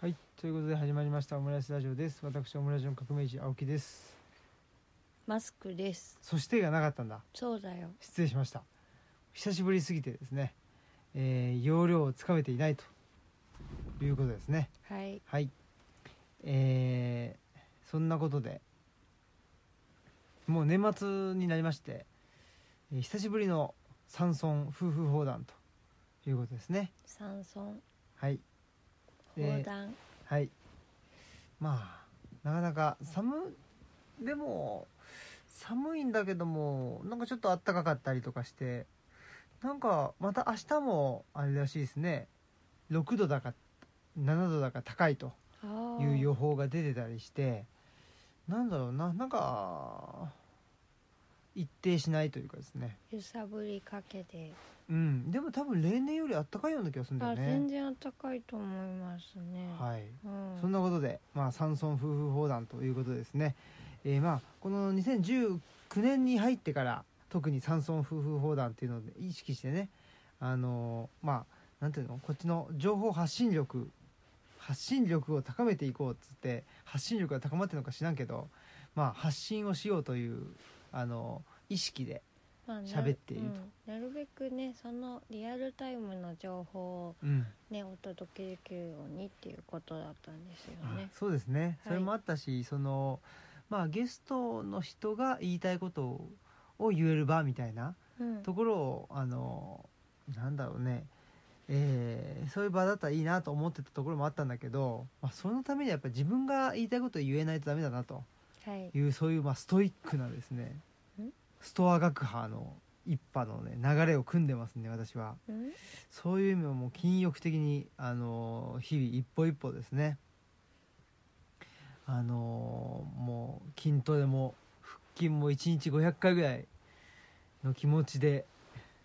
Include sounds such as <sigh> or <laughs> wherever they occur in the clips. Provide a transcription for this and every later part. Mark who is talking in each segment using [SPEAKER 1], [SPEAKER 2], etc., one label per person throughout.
[SPEAKER 1] はい、ということで始まりましたオムライスラジオです。私オムライスの革命児青木です。
[SPEAKER 2] マスクです。
[SPEAKER 1] そしてがなかったんだ。
[SPEAKER 2] そうだよ。
[SPEAKER 1] 失礼しました。久しぶりすぎてですね、えー、容量をつかめていないということですね。
[SPEAKER 2] はい。
[SPEAKER 1] はい。えー、そんなことで、もう年末になりまして、えー久しぶりの山村夫婦砲弾ということですね。
[SPEAKER 2] 山村
[SPEAKER 1] はい。で
[SPEAKER 2] 砲弾。
[SPEAKER 1] はいまあなかなか寒でも寒いんだけどもなんかちょっと暖かかったりとかしてなんかまた明日もあれらしいですね6度だか7度だか高いと
[SPEAKER 2] ああ。
[SPEAKER 1] いう予報が出てたりしてなんだろうななんか一定しないというかですね
[SPEAKER 2] 揺さぶりかけて。
[SPEAKER 1] うんでも多分例年より暖かいような気がするんだ
[SPEAKER 2] あ、
[SPEAKER 1] よ
[SPEAKER 2] 全
[SPEAKER 1] ね
[SPEAKER 2] 然暖かいと思いますね。
[SPEAKER 1] はい
[SPEAKER 2] うん。
[SPEAKER 1] そんなことで、まあ、山村夫婦砲弾ということですね、えーまあ、この2019年に入ってから特に山村夫婦砲弾っていうのを意識してねあのーまあなんていうのこっちの情報発信力発信力を高めていこうっつって発信力が高まってるのか知らんけど、まあ、発信をしようというあのー意識で、
[SPEAKER 2] まあな
[SPEAKER 1] 喋っていると
[SPEAKER 2] うんなるべくね、そのリアルタイムの情報を
[SPEAKER 1] うん
[SPEAKER 2] ね、お届けできるようにっていうことだったんですよ
[SPEAKER 1] あ
[SPEAKER 2] ね。
[SPEAKER 1] そうですね、
[SPEAKER 2] はい
[SPEAKER 1] それもあったしその、まあ、ゲストの人が言いたいことをを言える場みたいな
[SPEAKER 2] うん。
[SPEAKER 1] ところをあのなんだろうね、えーそういう場だったらいいなと思ってたところもあったんだけど、まあ、そのためにはやっぱり自分が言いたいことを言えないとダメだなと
[SPEAKER 2] はい。
[SPEAKER 1] いうそういう、まあ、ストイックなですね
[SPEAKER 2] ん
[SPEAKER 1] ストア学派の一派のね流れを組んでますね私は
[SPEAKER 2] うん。
[SPEAKER 1] そういう意味はもう禁欲的にあの日々一歩一歩ですねあのもう筋トレも腹筋も1日500回ぐらいの気持ちで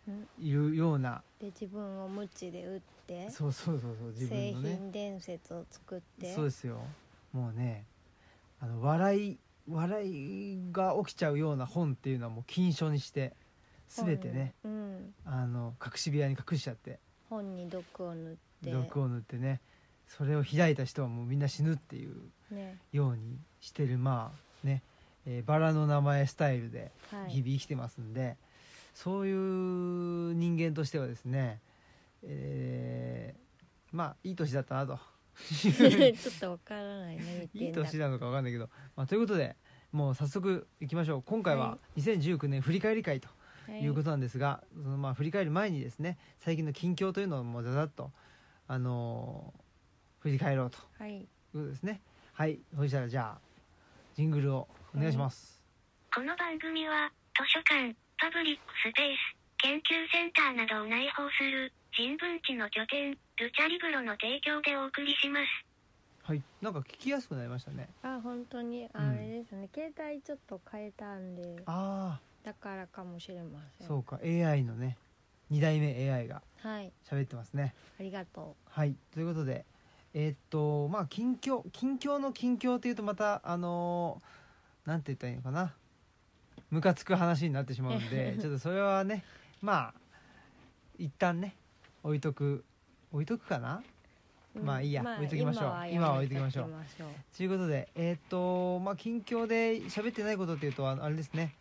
[SPEAKER 2] うん
[SPEAKER 1] いるような
[SPEAKER 2] で、自分を無知で打って。
[SPEAKER 1] そうそうそうそう自
[SPEAKER 2] 製
[SPEAKER 1] 分のね
[SPEAKER 2] 品伝説を作って。
[SPEAKER 1] そうですよもうねあの笑い笑いが起きちゃうような本っていうのはもう禁書にして全てね、
[SPEAKER 2] 本。うん。
[SPEAKER 1] あの隠し部屋に隠しちゃって
[SPEAKER 2] 本に毒を塗って。
[SPEAKER 1] 毒を塗ってねそれを開いた人はもうみんな死ぬっていう
[SPEAKER 2] ね。
[SPEAKER 1] ようにしてるまあね、えーバラの名前スタイルで
[SPEAKER 2] はい。
[SPEAKER 1] 日々生きてますんで、そういう人間としてはですね、えーまあいい年だったなと <laughs>
[SPEAKER 2] ちょっとわからないね
[SPEAKER 1] いい
[SPEAKER 2] 言ってんだ
[SPEAKER 1] 年なのか分かんないけど、まあ、ということでもう早速いきましょう今回は
[SPEAKER 2] は
[SPEAKER 1] 2019年振り返り会と
[SPEAKER 2] はい
[SPEAKER 1] いうことなんですが、そのまあ振り返る前にですね最近の近況というのをもうざざっと、あのー振り返ろうと
[SPEAKER 2] はい
[SPEAKER 1] ということですねはいそしたらじゃあジングルをお願いします、
[SPEAKER 3] この番組は図書館、パブリックスペース、研究センターなどを内包する人文地の拠点、ルチャリブロの提供でお送りします。
[SPEAKER 1] はいなんか聞きやすくなりましたね
[SPEAKER 2] あ本当にあれですね、携帯ちょっと変えたんで
[SPEAKER 1] あ
[SPEAKER 2] だからかもしれま
[SPEAKER 1] あ
[SPEAKER 2] せん
[SPEAKER 1] そうか AI のね2代目 AI が
[SPEAKER 2] はい
[SPEAKER 1] 喋ってますね
[SPEAKER 2] ありがと
[SPEAKER 1] はいということでえーっとまあ近況近況の近況っていうとまたあのーなんて言ったらいいのかなムカつく話になってしまうん <laughs> でちょっとそれはねまあ一旦ね置いとく置いとくかな
[SPEAKER 2] う、
[SPEAKER 1] まあいいや置いときましょう今は置いときましょう
[SPEAKER 2] 今はやめときましょう
[SPEAKER 1] ということで、えーっと、まあ、近況で喋ってないことっていうと、あのあれですね。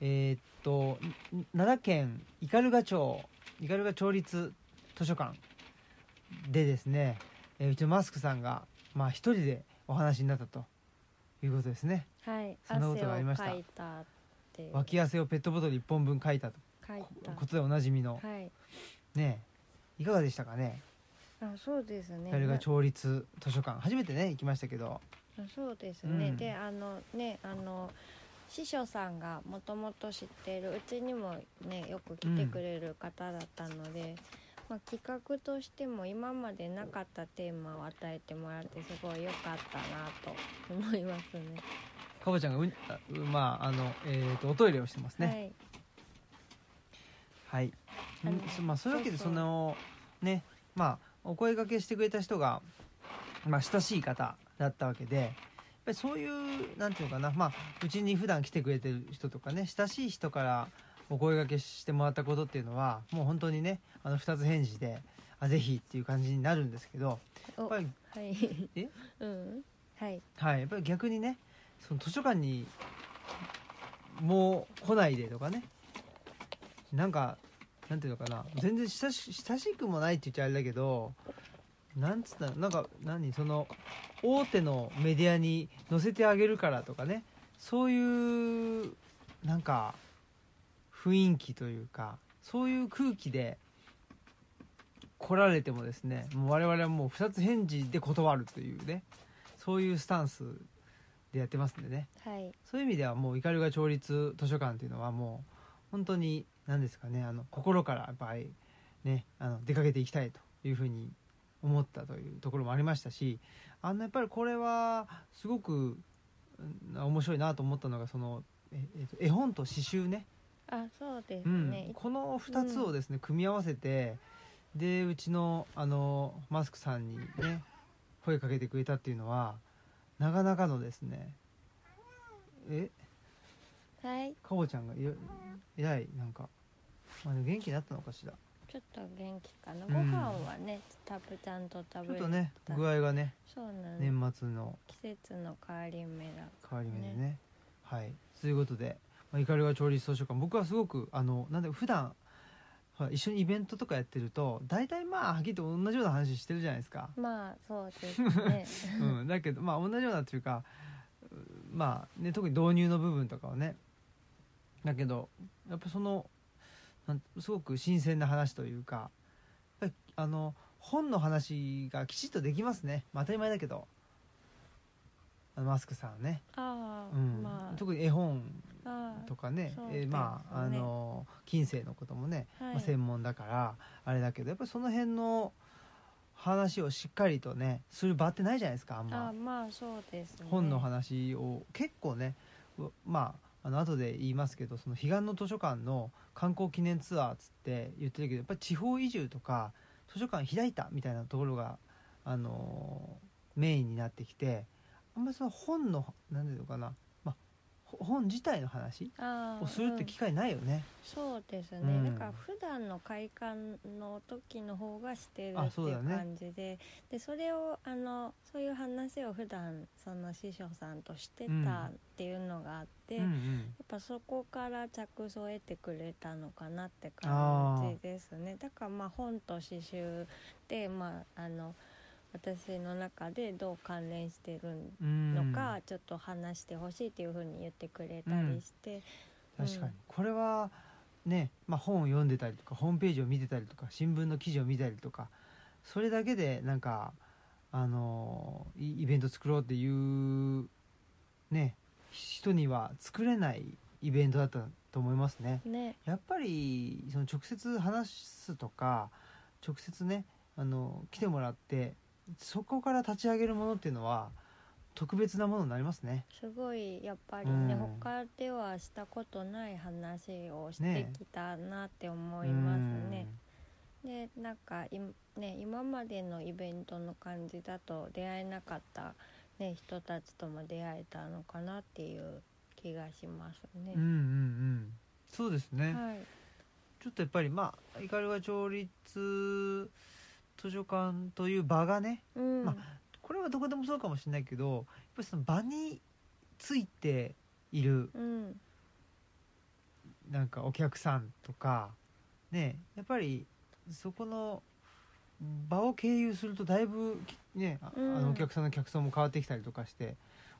[SPEAKER 1] えーっと、ん奈良県斑鳩町、斑鳩町立図書館でですね、えーうちのマスクさんが、まあ、一人でお話になったということですね。
[SPEAKER 2] はい
[SPEAKER 1] そんなことがありました
[SPEAKER 2] 汗をかいたっていう
[SPEAKER 1] 脇汗をペットボトル1本分書いたと
[SPEAKER 2] かい
[SPEAKER 1] こ
[SPEAKER 2] た
[SPEAKER 1] ことでおなじみの、
[SPEAKER 2] はい
[SPEAKER 1] ねえいかがでしたかね
[SPEAKER 2] あそうですね
[SPEAKER 1] 斑鳩町立図書館。初めてね、行きましたけど、
[SPEAKER 2] あそうですね、
[SPEAKER 1] うん
[SPEAKER 2] であのねあの師匠さんがもともと知ってるうちにもねよく来てくれる方だったので、まあ、企画としても今までなかったテーマを与えてもらってすごい良かったなと思いますね。
[SPEAKER 1] かぼちゃんがうん、あまあ、あの、えーっと、おトイレをしてますね。
[SPEAKER 2] はい
[SPEAKER 1] はい、
[SPEAKER 2] あの
[SPEAKER 1] んそまあ、そういうわけで
[SPEAKER 2] そうそ
[SPEAKER 1] そうのねまあお声掛けしてくれた人が、まあ、親しい方だったわけでやっぱりそういうなんていうのかなまあうちに普段来てくれてる人とかね親しい人からお声掛けしてもらったことっていうのはもう本当にねあの2つ返事であぜひっていう感じになるんですけどやっ
[SPEAKER 2] お
[SPEAKER 1] ぱり、
[SPEAKER 2] はい
[SPEAKER 1] え
[SPEAKER 2] <laughs> うんはい
[SPEAKER 1] はい、やっぱり逆にねその図書館にもう来ないでとかねなんかなんていうのかな全然親し親しくもないって言っちゃあれだけどなんつったのなんか何その大手のメディアに載せてあげるからとかねそういうなんか雰囲気というかそういう空気で来られてもですねもう我々はもう二つ返事で断るというねそういうスタンスでやってますんでね
[SPEAKER 2] はい
[SPEAKER 1] そういう意味ではもう斑が町立図書館っていうのはもう本当に何ですかねあの心からやっぱりねあの出かけていきたいというふうに思ったというところもありましたしあのやっぱりこれはすごくうん面白いなと思ったのがそのえ、えっと絵本と刺繍ね
[SPEAKER 2] あそうです
[SPEAKER 1] うん
[SPEAKER 2] ね、
[SPEAKER 1] この2つをですね、組み合わせてでうちのあのマスクさんにね声かけてくれたっていうのはなかなかのですねえ
[SPEAKER 2] はい
[SPEAKER 1] かぼちゃんがいえらいなんか、まあ、でも元気になったのかしら
[SPEAKER 2] ちょっと元気かな、
[SPEAKER 1] うん
[SPEAKER 2] ご飯はねたぶちゃんと食
[SPEAKER 1] ちょ
[SPEAKER 2] べ
[SPEAKER 1] っ
[SPEAKER 2] る
[SPEAKER 1] とね具合がね
[SPEAKER 2] そうなんです、
[SPEAKER 1] 年末の
[SPEAKER 2] 季節の変わり目だ
[SPEAKER 1] 変わり目でねはいということで「まあ、イカルガ調理師図書館」僕はすごくあのなんで普段ほら一緒にイベントとかやってると大体まあはっきりと同じような話してるじゃないですか。
[SPEAKER 2] まあそうですね
[SPEAKER 1] うん、だけどまあ同じようなというかうんまあね特に導入の部分とかはねだけどやっぱそのなんすごく新鮮な話というかやっぱりあの本の話がきちっとできますね、まあ、当たり前だけどあのマスクさんはね、
[SPEAKER 2] <laughs> ああ、
[SPEAKER 1] うん
[SPEAKER 2] まあ
[SPEAKER 1] 特に絵本
[SPEAKER 2] ああ
[SPEAKER 1] とかね
[SPEAKER 2] そう
[SPEAKER 1] えー
[SPEAKER 2] です
[SPEAKER 1] まああ
[SPEAKER 2] ね
[SPEAKER 1] の近世のこともね
[SPEAKER 2] はい、
[SPEAKER 1] まあ、専門だからあれだけどやっぱりその辺の話をしっかりとねする場ってないじゃないですかあんま
[SPEAKER 2] あまあそうですね
[SPEAKER 1] 本の話を結構ねうまああの後で言いますけどその彼岸の図書館の観光記念ツアーっつって言ってるけどやっぱり地方移住とか図書館開いたみたいなところが、あのーメインになってきてあんまりその本の何ていうのかな、まあ、ほ本自体の話
[SPEAKER 2] ああ
[SPEAKER 1] をするって
[SPEAKER 2] うん
[SPEAKER 1] 機会ないよね。
[SPEAKER 2] そうですね、
[SPEAKER 1] うん
[SPEAKER 2] だから普段の会館の時の方がしてる
[SPEAKER 1] あ
[SPEAKER 2] って
[SPEAKER 1] そう
[SPEAKER 2] い
[SPEAKER 1] だ
[SPEAKER 2] う
[SPEAKER 1] ね
[SPEAKER 2] 感じで、でそれをあのそういう話を普段その師匠さんとしてたっていうのがあって、
[SPEAKER 1] うんう
[SPEAKER 2] やっ
[SPEAKER 1] ん
[SPEAKER 2] ぱそこから着想を得てくれたのかなって感じですねだからまあ本と刺繍でまああの私の中でどう関連してる
[SPEAKER 1] うん
[SPEAKER 2] のか、ちょっと話してほしいっていうふうに言ってくれたりして、
[SPEAKER 1] 確かに
[SPEAKER 2] うん
[SPEAKER 1] これはね、まあ、本を読んでたりとかホームページを見てたりとか新聞の記事を見たりとかそれだけでなんかあのイイベント作ろうっていうね人には作れないイベントだったと思いますね。
[SPEAKER 2] ね
[SPEAKER 1] やっぱりその直接話すとか直接ねあの来てもらってそこから立ち上げるものっていうのは特別なものになりますね。
[SPEAKER 2] すごいやっぱりね、
[SPEAKER 1] うん
[SPEAKER 2] 他ではしたことない話をしてきたなって思いますね。でなんかい、ね、今までのイベントの感じだと出会えなかった、ね、人たちとも出会えたのかなっていう気がしますね。
[SPEAKER 1] うんうんうんうんそうですね。
[SPEAKER 2] はい、
[SPEAKER 1] ちょっとやっぱりまあ斑鳩町立図書館という場がね
[SPEAKER 2] うん、
[SPEAKER 1] まこれはどこでもそうかもしれないけどやっぱりその場についている
[SPEAKER 2] うん、
[SPEAKER 1] なんかお客さんとかねやっぱりそこの場を経由するとだいぶきねああ
[SPEAKER 2] うん
[SPEAKER 1] のお客さんの客層も変わってきたりとかして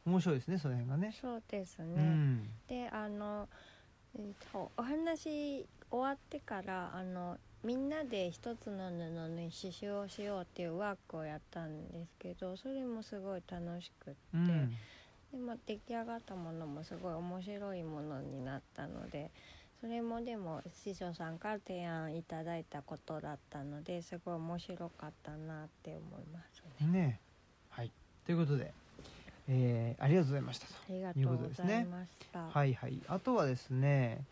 [SPEAKER 1] 面白いですねその辺がね。
[SPEAKER 2] そうですね。
[SPEAKER 1] うん
[SPEAKER 2] であの、えーとお話終わってからあのみんなで一つの布に刺繍をしようっていうワークをやったんですけどそれもすごい楽しくって、
[SPEAKER 1] うん
[SPEAKER 2] でも出来上がったものもすごい面白いものになったのでそれもでも師匠さんから提案いただいたことだったのですごい面白かったなって思いますね。
[SPEAKER 1] ねはいということで、えーありがとうございましたと。
[SPEAKER 2] ありがとうございました。
[SPEAKER 1] はいはい、あとはですね、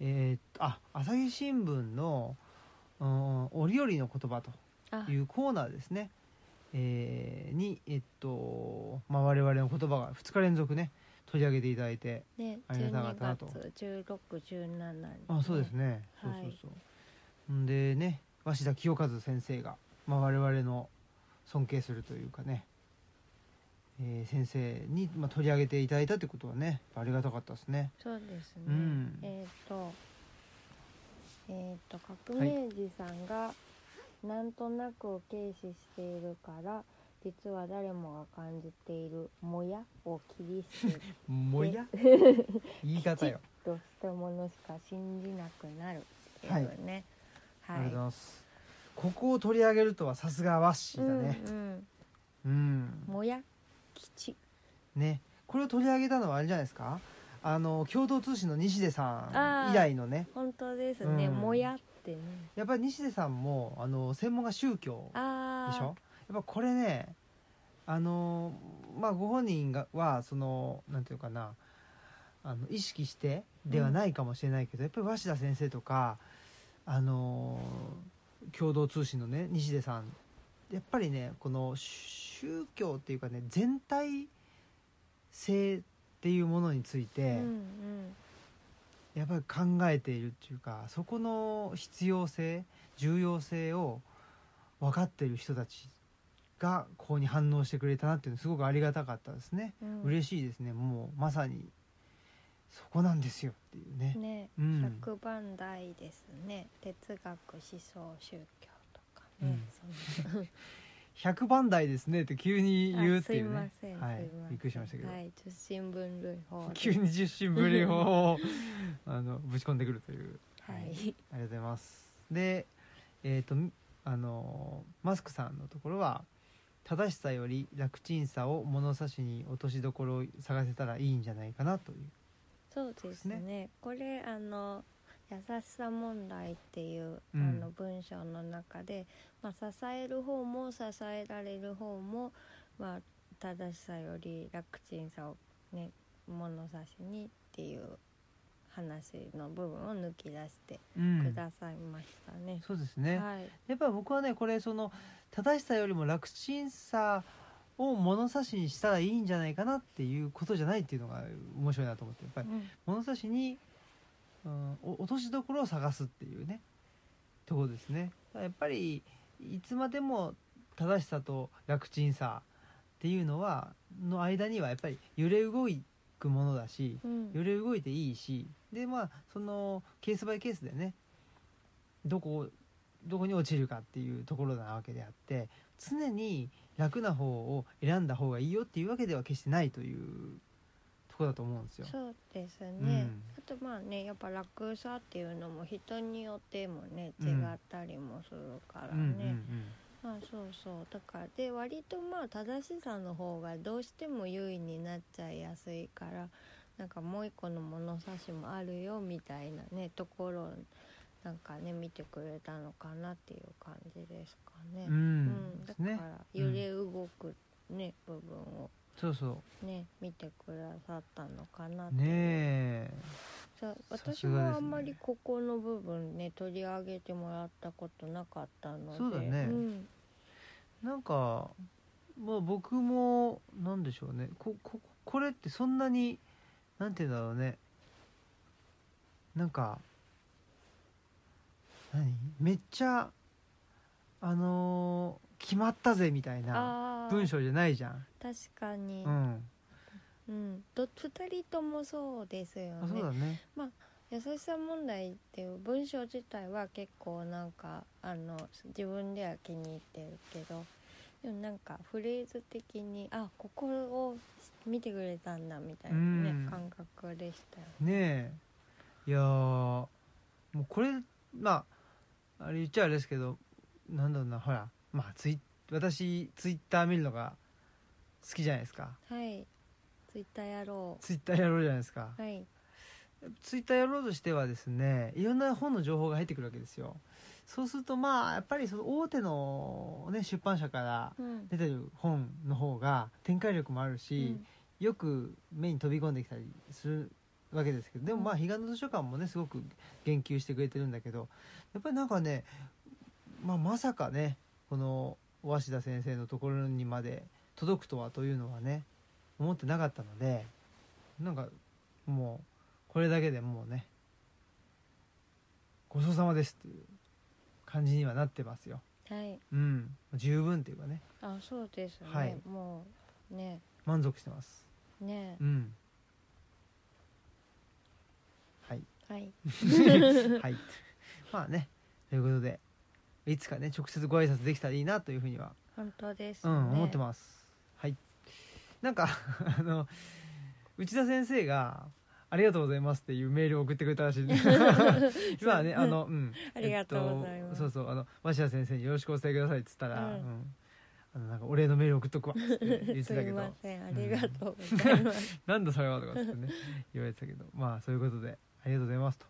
[SPEAKER 1] えーっとあ朝日新聞の「うん折々の言葉」と
[SPEAKER 2] あ
[SPEAKER 1] いうコーナーですね、えーに、えっとまあ、我々の言葉が2日連続ね取り上げていただいて
[SPEAKER 2] ね、
[SPEAKER 1] ありがたか
[SPEAKER 2] 12
[SPEAKER 1] ったなと
[SPEAKER 2] 月16、17に、
[SPEAKER 1] あそうですね、
[SPEAKER 2] はい
[SPEAKER 1] そうそうそうんでね鷲田清和先生が、まあ、我々の尊敬するというかね、えー先生に、まあ、取り上げていただいたってことはねありがたかったですね。
[SPEAKER 2] そうですね、
[SPEAKER 1] うん
[SPEAKER 2] えっ、とえっ、と革命児さんがなんとなくを軽視しているから、実は誰もが感じている「もや」を切り捨て
[SPEAKER 1] もや <laughs> 言い方よ。
[SPEAKER 2] としたものしか信じなくなるっていうね、
[SPEAKER 1] あ
[SPEAKER 2] は
[SPEAKER 1] りがとうござい
[SPEAKER 2] い
[SPEAKER 1] ます。ここを取り上げるとはさすがワッシーだね。
[SPEAKER 2] うんうん
[SPEAKER 1] うん、
[SPEAKER 2] もや吉
[SPEAKER 1] ねこれを取り上げたのはあれじゃないですかあの共同通信の西出さん以来のね
[SPEAKER 2] 本当ですね、
[SPEAKER 1] うん
[SPEAKER 2] もやってね
[SPEAKER 1] やっぱり西出さんもあの専門が宗教
[SPEAKER 2] ああ
[SPEAKER 1] でしょやっぱこれねあのまあご本人がはそのなんていうかなあの意識してではないかもしれないけど、やっぱり鷲田先生とかあの共同通信のね西出さんやっぱりねこの宗教っていうかね全体性っていうものについて、
[SPEAKER 2] うん
[SPEAKER 1] やっぱり考えているっていうかそこの必要性重要性を分かっている人たちがこうに反応してくれたなっていうのすごくありがたかったですね、
[SPEAKER 2] うん、
[SPEAKER 1] 嬉しいですねもうまさにそこなんですよっていうね
[SPEAKER 2] ね、
[SPEAKER 1] うん
[SPEAKER 2] 百番台ですね哲学思想宗教とかね、そ
[SPEAKER 1] <laughs>
[SPEAKER 2] んな
[SPEAKER 1] 100番台ですねって急に言うっていう
[SPEAKER 2] あ
[SPEAKER 1] ね
[SPEAKER 2] すいませ
[SPEAKER 1] は
[SPEAKER 2] ん、すい
[SPEAKER 1] い
[SPEAKER 2] ません
[SPEAKER 1] びっくりしましたけど、
[SPEAKER 2] はい十進分類法で
[SPEAKER 1] <laughs>
[SPEAKER 2] す
[SPEAKER 1] 急に10進分類法をあのぶち込んでくるという
[SPEAKER 2] は
[SPEAKER 1] はい
[SPEAKER 2] い
[SPEAKER 1] ありがとうございます。で、えっ、と、あのーマスクさんのところは。正しさより楽ちんさを物差しに落としどころを探せたらいいんじゃないかなという。
[SPEAKER 2] そうですね
[SPEAKER 1] そうです
[SPEAKER 2] これあの「優しさ問題」っていう、
[SPEAKER 1] うん
[SPEAKER 2] あの文章の中で、まあ、支える方も支えられる方も、まあ、正しさより楽ちんさを、ね、物差しにっていう話の部分を抜き出して
[SPEAKER 1] うん
[SPEAKER 2] くださいましたね。
[SPEAKER 1] そうですね。
[SPEAKER 2] はい、
[SPEAKER 1] やっぱり僕はね、これその正しさよりも楽ちんさ。を物差しにしたらいいんじゃないかなっていうことじゃないっていうのが面白いなと思ってやっぱり
[SPEAKER 2] うん
[SPEAKER 1] 物差しに、うん、お落としどころを探すっていうねところですねやっぱりいつまでも正しさと楽ちんさっていうのはの間にはやっぱり揺れ動くものだし
[SPEAKER 2] うん
[SPEAKER 1] 揺れ動いていいしでまあそのケースバイケースでねどこをどこに落ちるかっていうところなわけであって常に楽な方を選んだ方がいいよっていうわけでは決してないというところだと思うんですよ。
[SPEAKER 2] そうですね、
[SPEAKER 1] うん
[SPEAKER 2] あとまあねやっぱ楽さっていうのも人によってもね
[SPEAKER 1] うん
[SPEAKER 2] 違ったりもするからね、まあそうそうだからで割とまあ正しさの方がどうしても優位になっちゃいやすいからなんかもう一個の物差しもあるよみたいなねところをなんかね見てくれたのかなっていう感じですかね。
[SPEAKER 1] うんうん
[SPEAKER 2] う
[SPEAKER 1] うん
[SPEAKER 2] だ
[SPEAKER 1] で
[SPEAKER 2] か
[SPEAKER 1] すね
[SPEAKER 2] ら揺れ動くね、部分を
[SPEAKER 1] そうそう
[SPEAKER 2] ね見てくださったのかなっていう
[SPEAKER 1] ねえ
[SPEAKER 2] そう
[SPEAKER 1] さ
[SPEAKER 2] 私
[SPEAKER 1] すがですね
[SPEAKER 2] もあんまりここの部分ね取り上げてもらったことなかったので
[SPEAKER 1] そうだね
[SPEAKER 2] ん
[SPEAKER 1] なんかまあ僕もなんでしょうねこここれってそんなになんて言うんだろうねなんか何めっちゃあのー決まったぜみたいな
[SPEAKER 2] ああ
[SPEAKER 1] 文章じゃないじゃん、
[SPEAKER 2] 確かに
[SPEAKER 1] う、ん、
[SPEAKER 2] うんど2人ともそうですよ
[SPEAKER 1] あそう
[SPEAKER 2] ね
[SPEAKER 1] だね
[SPEAKER 2] 優しさ問題っていう文章自体は結構なんかあの自分では気に入ってるけどでもなんかフレーズ的にあここを見てくれたんだみたいなね、
[SPEAKER 1] うん
[SPEAKER 2] 感覚でしたよね
[SPEAKER 1] ねえいやーもうこれまああれ言っちゃあれですけどなんだろうなほらまあツイ私ツイッター見るのが好きじゃないですか
[SPEAKER 2] はいツイッターやろ
[SPEAKER 1] ツイッターやろうじゃないですか
[SPEAKER 2] うはい
[SPEAKER 1] ツイッターやろうとしてはですねいろんな本の情報が入ってくるわけですよそうするとまあやっぱりその大手の、ね、出版社から
[SPEAKER 2] うん
[SPEAKER 1] 出てる本の方が展開力もある
[SPEAKER 2] う
[SPEAKER 1] し、
[SPEAKER 2] ん
[SPEAKER 1] よく目に飛び込んできたりするわけですけどでもまあ彼岸の図書館もねすごく言及してくれてるんだけどやっぱりなんかね、まあ、まさかねこの鷲田先生のところにまで届くとはというのはね思ってなかったのでなんかもうこれだけでもうねごちそうさまですっていう感じにはなってますよ。
[SPEAKER 2] はい
[SPEAKER 1] うん、十分っていうかね
[SPEAKER 2] あそうですね、
[SPEAKER 1] はい
[SPEAKER 2] もうね
[SPEAKER 1] 満足してます。
[SPEAKER 2] ね
[SPEAKER 1] うん。はい。
[SPEAKER 2] はい <laughs>
[SPEAKER 1] はい。まあね、ということで、いつかね、直接ご挨拶できたらいいなというふうには、
[SPEAKER 2] 本当です、
[SPEAKER 1] う
[SPEAKER 2] ね
[SPEAKER 1] ん、思ってます。はい。なんか、 <laughs> あの、内田先生が、ありがとうございますっていうメールを送ってくれたらしいんで
[SPEAKER 2] <laughs>
[SPEAKER 1] 今はね、あの、うん。
[SPEAKER 2] ありがとうございます
[SPEAKER 1] えっとそうそう、あの、鷲田先生によろしくお伝えくださいって言ったら、
[SPEAKER 2] うん
[SPEAKER 1] うんあの、なんか、お礼のメール送っとくわって言って
[SPEAKER 2] す
[SPEAKER 1] たけ
[SPEAKER 2] み
[SPEAKER 1] ど。
[SPEAKER 2] ませんありがとうございます、
[SPEAKER 1] なんだそれはとかっつっ
[SPEAKER 2] <laughs>
[SPEAKER 1] てね言われてたけどまあそういうことでありがとうございますと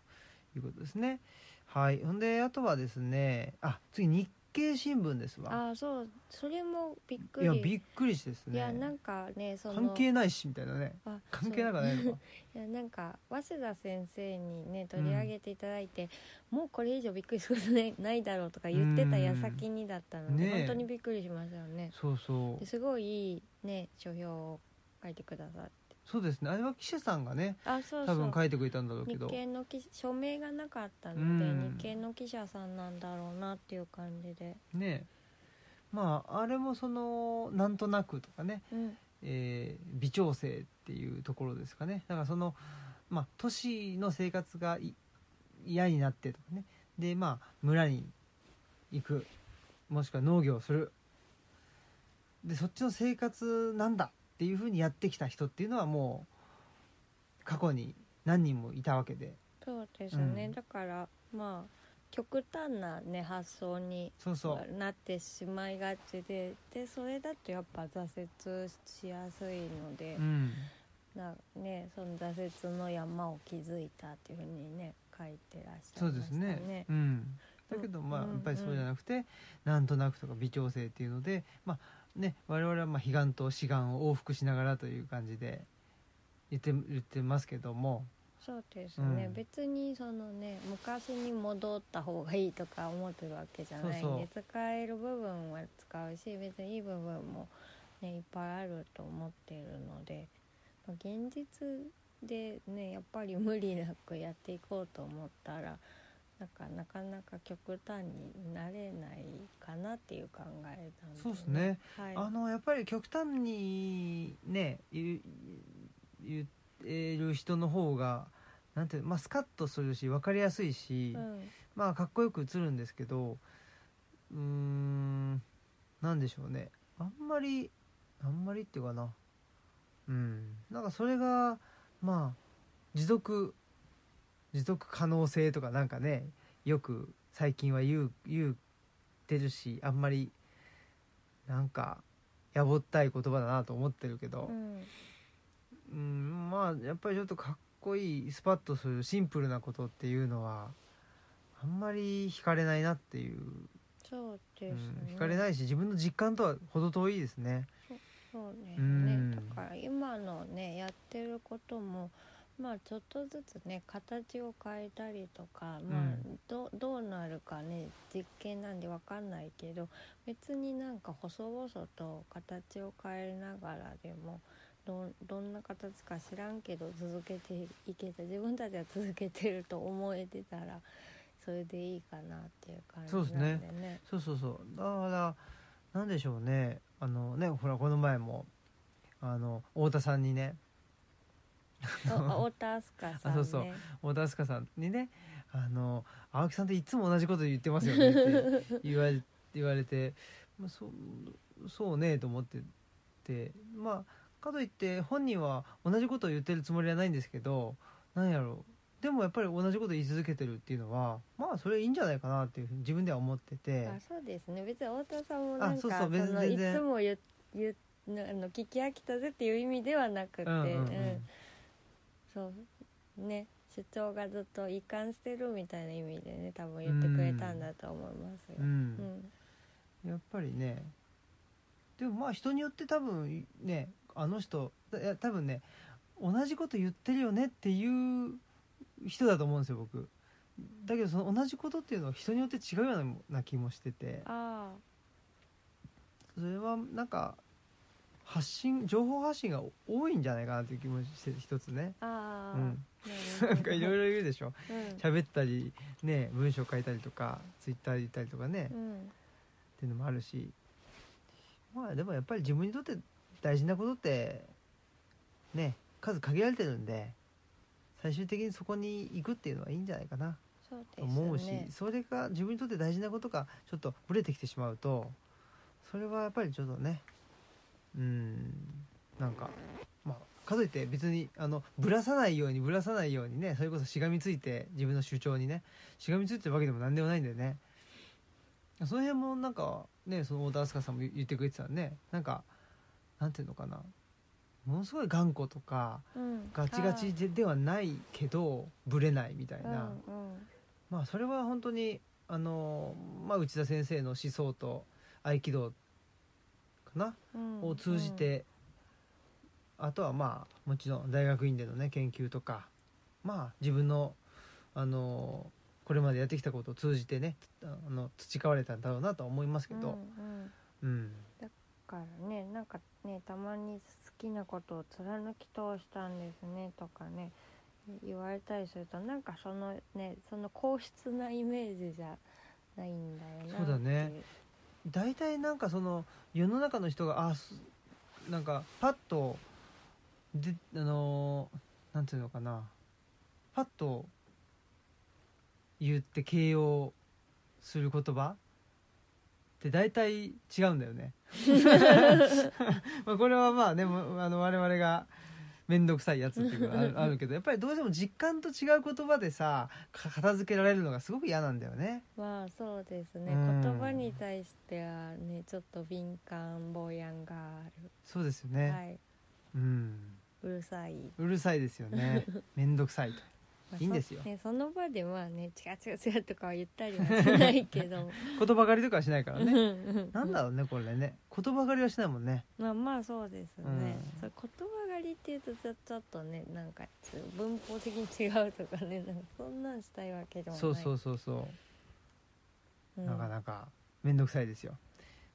[SPEAKER 1] いうことですねはいほんであとはですねあ次日経新聞ですわ
[SPEAKER 2] あそうそれもびっく
[SPEAKER 1] い
[SPEAKER 2] り
[SPEAKER 1] やびっくりしてですね
[SPEAKER 2] いやなんかねその
[SPEAKER 1] 関係ないしみたいなね
[SPEAKER 2] あ
[SPEAKER 1] 関係なくは
[SPEAKER 2] そう
[SPEAKER 1] ないのか
[SPEAKER 2] いやなんか早稲田先生にね取り上げていただいて、もうこれ以上びっくりすることないないだろうとか言ってた矢先にだったので、
[SPEAKER 1] ねえ
[SPEAKER 2] 本当にびっくりしましたよね
[SPEAKER 1] そうそう
[SPEAKER 2] <laughs> ですごいいいね書評を書いてくださって
[SPEAKER 1] そうですねあれは記者さんがね
[SPEAKER 2] あそうそ
[SPEAKER 1] 多
[SPEAKER 2] う
[SPEAKER 1] 分書いてくれたんだろうけ
[SPEAKER 2] 日
[SPEAKER 1] ど
[SPEAKER 2] 系の記署名がなかったので、
[SPEAKER 1] うん
[SPEAKER 2] 日系の記者さんなんだろうなっていう感じで、
[SPEAKER 1] ねまああれもそのなんとなくとかね
[SPEAKER 2] うん、
[SPEAKER 1] えー微調整っていうところですかねだからその、まあ、都市の生活がい嫌になってとかねでまあ村に行くもしくは農業をするでそっちの生活なんだっていうふうにやってきた人っていうのはもう過去に何人もいたわけで
[SPEAKER 2] そうですね、
[SPEAKER 1] うん
[SPEAKER 2] だからまあ極端なね発想に
[SPEAKER 1] そうそう
[SPEAKER 2] なってしまいがちででそれだとやっぱ挫折しやすいので、
[SPEAKER 1] うん
[SPEAKER 2] なね、その挫折の山を築いたっていうふうにね書いてらっしゃい
[SPEAKER 1] そう
[SPEAKER 2] ま
[SPEAKER 1] で
[SPEAKER 2] し
[SPEAKER 1] す
[SPEAKER 2] た
[SPEAKER 1] ね
[SPEAKER 2] ね。
[SPEAKER 1] うん、だけど
[SPEAKER 2] うん
[SPEAKER 1] まあや
[SPEAKER 2] うん
[SPEAKER 1] っぱりそうじゃなくて、なんとなくとか微調整っていうのでまあね我々はまあ悲願と志願を往復しながらという感じで言って言ってますけども
[SPEAKER 2] そうですね、
[SPEAKER 1] うん
[SPEAKER 2] 別にそのね昔に戻った方がいいとか思ってるわけじゃないんで
[SPEAKER 1] そう
[SPEAKER 2] 使える部分は使うし別にいい部分も、ね、いっぱいあると思っているので、まあ現実でねやっぱり無理なくやっていこうと思ったらなんかなかなか極端になれないかなっていう考えなんで、
[SPEAKER 1] そうですね、
[SPEAKER 2] はい、
[SPEAKER 1] あのやっぱり極端にね言う言ってる人の方がなんていうまあスカッとするし分かりやすいし、
[SPEAKER 2] うん
[SPEAKER 1] まあかっこよく映るんですけどうーんなんでしょうねあんまりあんまりっていうかなうんなんかそれがまあ持続持続可能性とかなんかねよく最近は言う言うてるしあんまりなんかやぼったい言葉だなと思ってるけど、
[SPEAKER 2] うん
[SPEAKER 1] うん、まあやっぱりちょっとかっこいいスパッとするシンプルなことっていうのはあんまり惹かれないなっていう、
[SPEAKER 2] そう
[SPEAKER 1] う
[SPEAKER 2] ですね
[SPEAKER 1] ん、惹かれないし自分の実感とは程遠いですね。
[SPEAKER 2] そうで
[SPEAKER 1] う
[SPEAKER 2] すね
[SPEAKER 1] ん
[SPEAKER 2] だから今のねやってることもまあちょっとずつね形を変えたりとか、まあ
[SPEAKER 1] う
[SPEAKER 2] どどうなるかね実験なんでわかんないけど別になんか細々と形を変えながらでもどんどんな形か知らんけど続けていけた自分たちは続けてると思えてたらそれでいいかなっていう感じ
[SPEAKER 1] そう
[SPEAKER 2] なん
[SPEAKER 1] で
[SPEAKER 2] ですね。
[SPEAKER 1] ねそうそうそうだからなんでしょうねあのねほらこの前もあの太田さんにね
[SPEAKER 2] おお太田明日香さんね。
[SPEAKER 1] あそうそう小田明日香さんにね「あの青木さんっていつも同じこと言ってますよね」って言われ言われて、まあ、そうそうねと思っててまあかといって本人は同じことを言ってるつもりはないんですけどなんやろうでもやっぱり同じこと言い続けてるっていうのはまあそれいいんじゃないかなっていうふうに自分では思ってて
[SPEAKER 2] あそうですね別に太田さんもなん
[SPEAKER 1] あ
[SPEAKER 2] か
[SPEAKER 1] そ
[SPEAKER 2] そう
[SPEAKER 1] そう別に
[SPEAKER 2] の
[SPEAKER 1] 全
[SPEAKER 2] い
[SPEAKER 1] 然
[SPEAKER 2] つも言う言うなあの聞き飽きたぜっていう意味ではなくて、
[SPEAKER 1] うんうんうん
[SPEAKER 2] うんそうね主張がずっと一貫してるみたいな意味でね多分言ってくれたんだと思いますよ。
[SPEAKER 1] うん
[SPEAKER 2] うん
[SPEAKER 1] やっぱりねでもまあ人によって多分ねあの人いや多分ね同じこと言ってるよねっていう人だと思うんですよ僕だけどその同じことっていうのは人によって違うような気もしてて
[SPEAKER 2] ああ
[SPEAKER 1] それはなんか発信情報発信が多いんじゃないかなという気もして一つね
[SPEAKER 2] ああ、
[SPEAKER 1] うん
[SPEAKER 2] な
[SPEAKER 1] な
[SPEAKER 2] るほど
[SPEAKER 1] んかいろいろいるでしょ
[SPEAKER 2] うん
[SPEAKER 1] 喋ったりね文章書いたりとかツイッターで言ったりとかね、
[SPEAKER 2] う
[SPEAKER 1] っ
[SPEAKER 2] ん
[SPEAKER 1] ていうのもあるしまあでもやっぱり自分にとって大事なことってね数限られてるんで最終的にそこに行くっていうのはいいんじゃないかな
[SPEAKER 2] そうです
[SPEAKER 1] と
[SPEAKER 2] ね
[SPEAKER 1] 思うし、それが自分にとって大事なことがちょっとブレてきてしまうとそれはやっぱりちょっとねうんなんかまあかといって別にあのぶらさないようにぶらさないようにねそれこそしがみついて自分の主張にねしがみついてるわけでも何でもないんだよねその辺もなんかねその太田明日香さんも言ってくれてたねなんかなんていうのかなものすごい頑固とか
[SPEAKER 2] うん
[SPEAKER 1] ガチガチでではないけどぶれないみたい
[SPEAKER 2] あー
[SPEAKER 1] な、
[SPEAKER 2] うんうん
[SPEAKER 1] まあそれは本当にあの、まあ、内田先生の思想と合気道かな、
[SPEAKER 2] うん
[SPEAKER 1] を通じて、あとはまあもちろん大学院でのね研究とかまあ自分のあのこれまでやってきたことを通じてねあの培われたんだろうなとは思いますけ
[SPEAKER 2] うん
[SPEAKER 1] ど、
[SPEAKER 2] うんうん
[SPEAKER 1] うん
[SPEAKER 2] だからねなんかねたまに好きなことを貫き通したんですねとかね言われたりするとなんかそのねその硬質なイメージじゃないんだよな
[SPEAKER 1] そうだね
[SPEAKER 2] ってい
[SPEAKER 1] 大体なんかその世の中の人があすなんかパッとであのーなんていうのかなパッと言って形容する言葉って大体違うんだよね。まあこれはまあねもうあの我々が面倒くさいやつっていうのがあ
[SPEAKER 2] <laughs>
[SPEAKER 1] るあるけどやっぱりどうしても実感と違う言葉でさか片付けられるのがすごく嫌なんだよね。
[SPEAKER 2] まあそうですね
[SPEAKER 1] うん
[SPEAKER 2] 言葉に対してはねちょっと敏感ぼうやんがあ
[SPEAKER 1] そうですよ
[SPEAKER 2] る、
[SPEAKER 1] ね、
[SPEAKER 2] はい、
[SPEAKER 1] うん
[SPEAKER 2] うるさい、
[SPEAKER 1] うるさいですよね <laughs> めんどくさいと
[SPEAKER 2] まあ
[SPEAKER 1] いいんですよ
[SPEAKER 2] そね、その場でまあね「違う違う違う」とかは言ったりはしないけ
[SPEAKER 1] <laughs>
[SPEAKER 2] ど
[SPEAKER 1] 言葉狩りとかはしないからね <laughs> なんだ
[SPEAKER 2] だ
[SPEAKER 1] ろうねこれね言葉狩りはしないもんね
[SPEAKER 2] まあまあそうですね、
[SPEAKER 1] うん
[SPEAKER 2] そう言葉狩りっていうとちょちょっとねなんかちょ文法的に違うとかねなんかそんなんしたいわけでもない
[SPEAKER 1] そうそうそうそう、
[SPEAKER 2] うん
[SPEAKER 1] なかなかめんどくさいですよ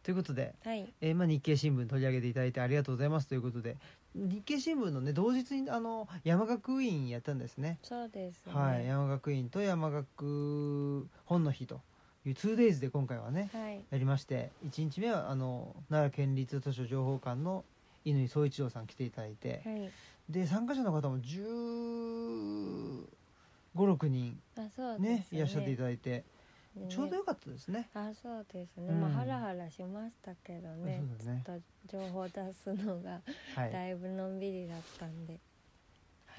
[SPEAKER 1] ということで、
[SPEAKER 2] はい
[SPEAKER 1] えーまあ、日経新聞取り上げていただいてありがとうございますということで日経新聞のね同日にあの山学院やったんですね
[SPEAKER 2] そうですね
[SPEAKER 1] はい山学院と山学本の日という 2days で今回はね
[SPEAKER 2] はい
[SPEAKER 1] やりまして1日目はあの奈良県立図書情報館の乾総一郎さん来ていただいて、
[SPEAKER 2] はい
[SPEAKER 1] で参加者の方も1 5 6人
[SPEAKER 2] あそうで
[SPEAKER 1] ね
[SPEAKER 2] す
[SPEAKER 1] いらっしゃってい
[SPEAKER 2] た
[SPEAKER 1] ただいて、ちょうどよかったですね
[SPEAKER 2] あそうですね、
[SPEAKER 1] うん
[SPEAKER 2] まあハラハラしましたけどね
[SPEAKER 1] そうだね
[SPEAKER 2] ちょっと情報出すのが
[SPEAKER 1] はい、は
[SPEAKER 2] だいぶのんびりだったんで
[SPEAKER 1] い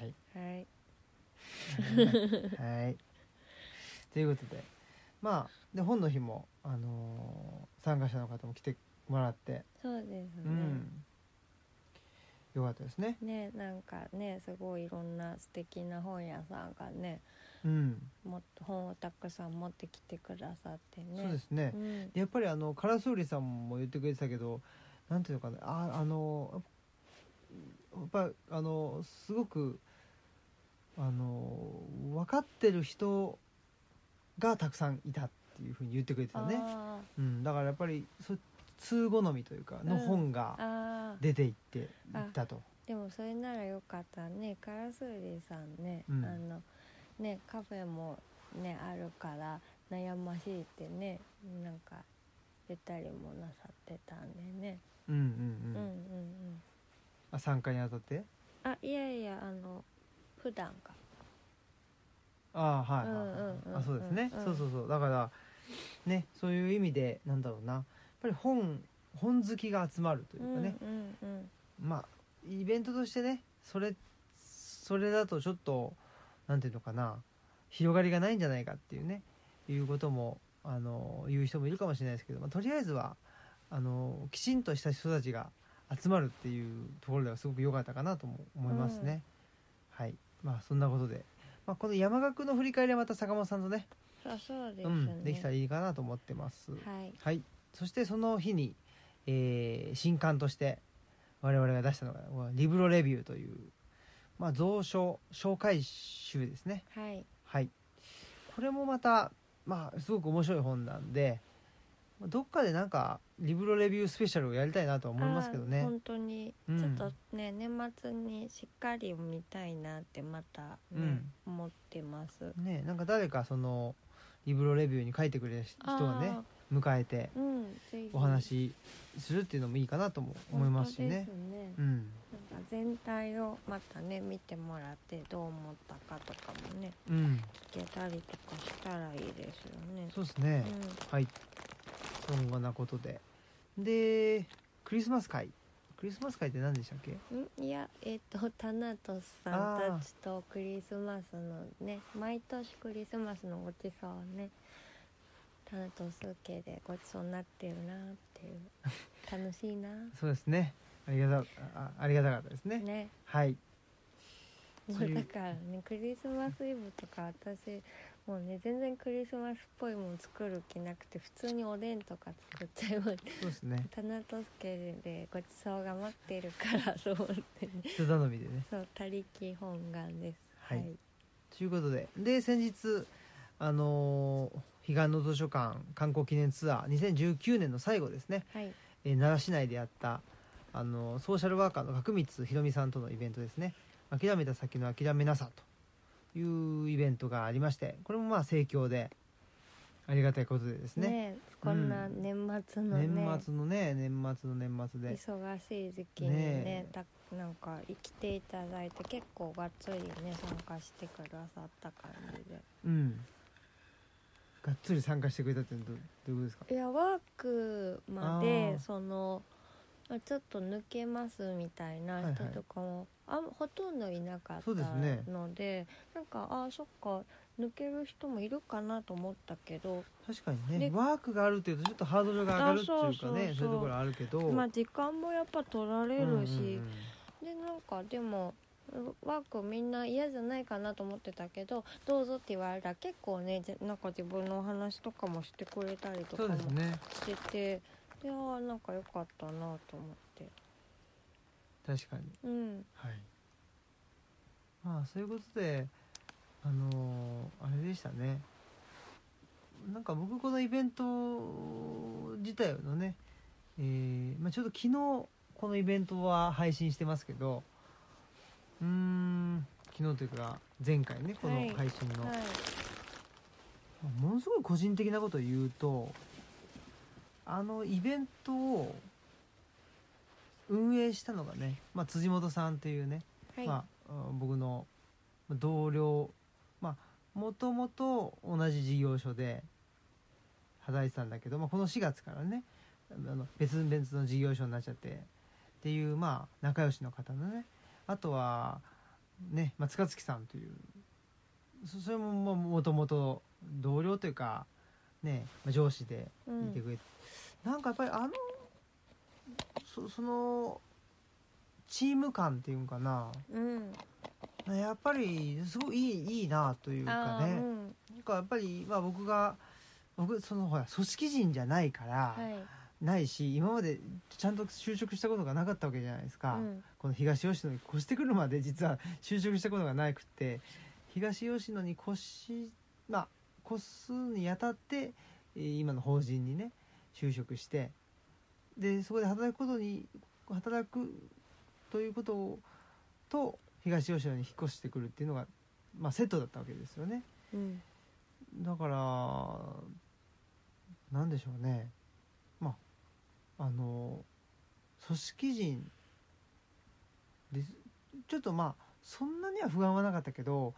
[SPEAKER 1] <laughs>
[SPEAKER 2] は
[SPEAKER 1] は
[SPEAKER 2] い
[SPEAKER 1] い、ということでまあで本の日も、あのー参加者の方も来てもらって、
[SPEAKER 2] そうですね、
[SPEAKER 1] うんよかったですね
[SPEAKER 2] ねなんかねすごいいろんな素敵な本屋さんがね
[SPEAKER 1] うん
[SPEAKER 2] もっと本をたくさん持ってきてくださってね。
[SPEAKER 1] そうですね、
[SPEAKER 2] うん
[SPEAKER 1] でやっぱりあの唐総理さんも言ってくれてたけどなんていうのかなああのやっぱりあのすごくあの分かってる人がたくさんいたっていうふうに言ってくれてたね、
[SPEAKER 2] あ
[SPEAKER 1] うん、だからやっぱりそ通好みというかの
[SPEAKER 2] うん
[SPEAKER 1] 本
[SPEAKER 2] ー
[SPEAKER 1] が
[SPEAKER 2] あー
[SPEAKER 1] 出ていっていったと、
[SPEAKER 2] でもそれならよかったねカラスウリさんね、
[SPEAKER 1] うん
[SPEAKER 2] あのねカフェもねあるから悩ましいってねなんか言ったりもなさってたんでね、
[SPEAKER 1] うんうん
[SPEAKER 2] う
[SPEAKER 1] う
[SPEAKER 2] ん、うん
[SPEAKER 1] ん
[SPEAKER 2] うん
[SPEAKER 1] あ参加にあたって
[SPEAKER 2] あいやいやあの普段か
[SPEAKER 1] ああはいはいはい、
[SPEAKER 2] うんうんうん
[SPEAKER 1] あそうですね、
[SPEAKER 2] うんうん
[SPEAKER 1] そうそうそうだからねそういう意味でなんだろうなやっぱり本本好きが集まるというかね、
[SPEAKER 2] うんうんうん
[SPEAKER 1] まあイベントとしてねそれそれだとちょっとなんていうのかな広がりがないんじゃないかっていうねいうこともあの言う人もいるかもしれないですけど、まあ、とりあえずはあのきちんとした人たちが集まるっていうところではすごく良かったかなとも思いますね。はいまあそんなことで、まあ、この山岳の振り返りはまた坂本さんとね
[SPEAKER 2] そうそうですね、
[SPEAKER 1] うん、できたらいいかなと思ってます。
[SPEAKER 2] はい
[SPEAKER 1] はい、そしてその日に、えー新刊として我々が出したのが「リブロレビュー」という、まあ、蔵書紹介集ですね、
[SPEAKER 2] はい
[SPEAKER 1] はい、これもまた、まあ、すごく面白い本なんで、まあどっかでなんかリブロレビュースペシャルをやりたいなとは思いますけど
[SPEAKER 2] あー
[SPEAKER 1] ね
[SPEAKER 2] 本当に、
[SPEAKER 1] うん
[SPEAKER 2] ちょっとね年末にしっかり見たいなってまた、ね
[SPEAKER 1] うん
[SPEAKER 2] 思ってます。
[SPEAKER 1] ねなんか誰かそのリブロレビューに書いてくれる人はね
[SPEAKER 2] あ
[SPEAKER 1] 迎えて
[SPEAKER 2] ー、うん、ぜひ
[SPEAKER 1] お話しするっていうのもいいかなとも思いますしね
[SPEAKER 2] 本当ですね
[SPEAKER 1] うん
[SPEAKER 2] なんか全体をまたね見てもらってどう思ったかとかもね
[SPEAKER 1] うん
[SPEAKER 2] 聞けたりとかしたらいいですよね。
[SPEAKER 1] そうですね、
[SPEAKER 2] うん
[SPEAKER 1] はいそんなことででクリスマス会クリスマス会って何でしたっけ
[SPEAKER 2] んいやえっ、と <laughs> タナトスさんたちとクリスマスのね毎年クリスマスのごちそうをねタナトス家でごちそうになってるなって
[SPEAKER 1] <laughs>
[SPEAKER 2] いう楽しいな
[SPEAKER 1] そうですねありがたあありがたかったですね
[SPEAKER 2] ね
[SPEAKER 1] はい
[SPEAKER 2] も
[SPEAKER 1] そう
[SPEAKER 2] う
[SPEAKER 1] いう
[SPEAKER 2] だからねクリスマスイブとか私もうね全然クリスマスっぽいもん作る気なくて普通におでんとか作っちゃいます
[SPEAKER 1] <laughs> そうですね
[SPEAKER 2] タナトス家でごちそうが待ってるからと思ってね
[SPEAKER 1] 人頼みでね
[SPEAKER 2] そう他力本願です
[SPEAKER 1] はいということでで先日あのー彼岸の図書館観光記念ツアー2019年の最後ですね、
[SPEAKER 2] はい
[SPEAKER 1] えー奈良市内でやったあのーソーシャルワーカーの角光ひろみさんとのイベントですね「諦めた先の諦めなさ」というイベントがありましてこれもまあ盛況でありがたいことでですね
[SPEAKER 2] ねこんな年末のね、
[SPEAKER 1] 年末のね年末の年末で
[SPEAKER 2] 忙しい時期にね
[SPEAKER 1] ね
[SPEAKER 2] たなんか生きていただいて結構がっつりね参加してくださった感じで
[SPEAKER 1] うんがっつり参加してくれたってどどういうことですか
[SPEAKER 2] いやワークまで
[SPEAKER 1] あー
[SPEAKER 2] そのあちょっと抜けますみたい
[SPEAKER 1] はいは
[SPEAKER 2] ない人とかも、あほとんどいなかった
[SPEAKER 1] そう
[SPEAKER 2] の
[SPEAKER 1] です
[SPEAKER 2] で
[SPEAKER 1] ね
[SPEAKER 2] なんかあーそっか抜ける人もいるかなと思ったけど
[SPEAKER 1] 確かにね
[SPEAKER 2] で
[SPEAKER 1] ワークがあるっていうとちょっとハードルが上がるっていうかね
[SPEAKER 2] あ
[SPEAKER 1] そう
[SPEAKER 2] そうそうそう
[SPEAKER 1] いうところあるけど、
[SPEAKER 2] まあ時間もやっぱ取られ
[SPEAKER 1] うんうんう
[SPEAKER 2] る
[SPEAKER 1] ん
[SPEAKER 2] し、でなんかでもワークみんな嫌じゃないかなと思ってたけどどうぞって言われたら結構ねじゃなんか自分のお話とかもしてくれたりと
[SPEAKER 1] そ
[SPEAKER 2] か
[SPEAKER 1] う
[SPEAKER 2] も
[SPEAKER 1] ですね
[SPEAKER 2] しててであーなんか良かったなと思って
[SPEAKER 1] 確かに
[SPEAKER 2] うん
[SPEAKER 1] はいまあそういうことであのーあれでしたねなんか僕このイベント自体のね、えーまあ、ちょうど昨日このイベントは配信してますけどうーん昨日というか前回ねこの配信の、
[SPEAKER 2] はい
[SPEAKER 1] ものすごい個人的なことを言うとあのイベントを運営したのがね、まあ、辻元さんというね、
[SPEAKER 2] はい、
[SPEAKER 1] まああ、僕の同僚まあもともと同じ事業所で働いてたんだけど、まあ、この4月からねあの別々の事業所になっちゃってっていうまあ仲良しの方のねあとはね、まあ、塚月さんというそそれももともと同僚というか、ねまあ、上司で
[SPEAKER 2] う
[SPEAKER 1] いて
[SPEAKER 2] ん、
[SPEAKER 1] くれて、なんかやっぱりあのそそのチーム感っていうんかな
[SPEAKER 2] うん、
[SPEAKER 1] やっぱりすごいいいいいなというか
[SPEAKER 2] あー
[SPEAKER 1] ね、
[SPEAKER 2] うん
[SPEAKER 1] なんかやっぱり、まあ、僕が僕そのほら組織人じゃないから、
[SPEAKER 2] はい
[SPEAKER 1] ないし今までちゃんと就職したことがなかったわけじゃないですか、
[SPEAKER 2] うん
[SPEAKER 1] この東吉野に越してくるまで実は就職したことがなくて東吉野に越しまあ越すにあたってえー今の法人にね就職してでそこで働くことに働くということをと東吉野に引っ越してくるっていうのが、まあ、セットだったわけですよね。
[SPEAKER 2] うん
[SPEAKER 1] だからなんでしょうねまああの組織人ですちょっとまあそんなには不安はなかったけど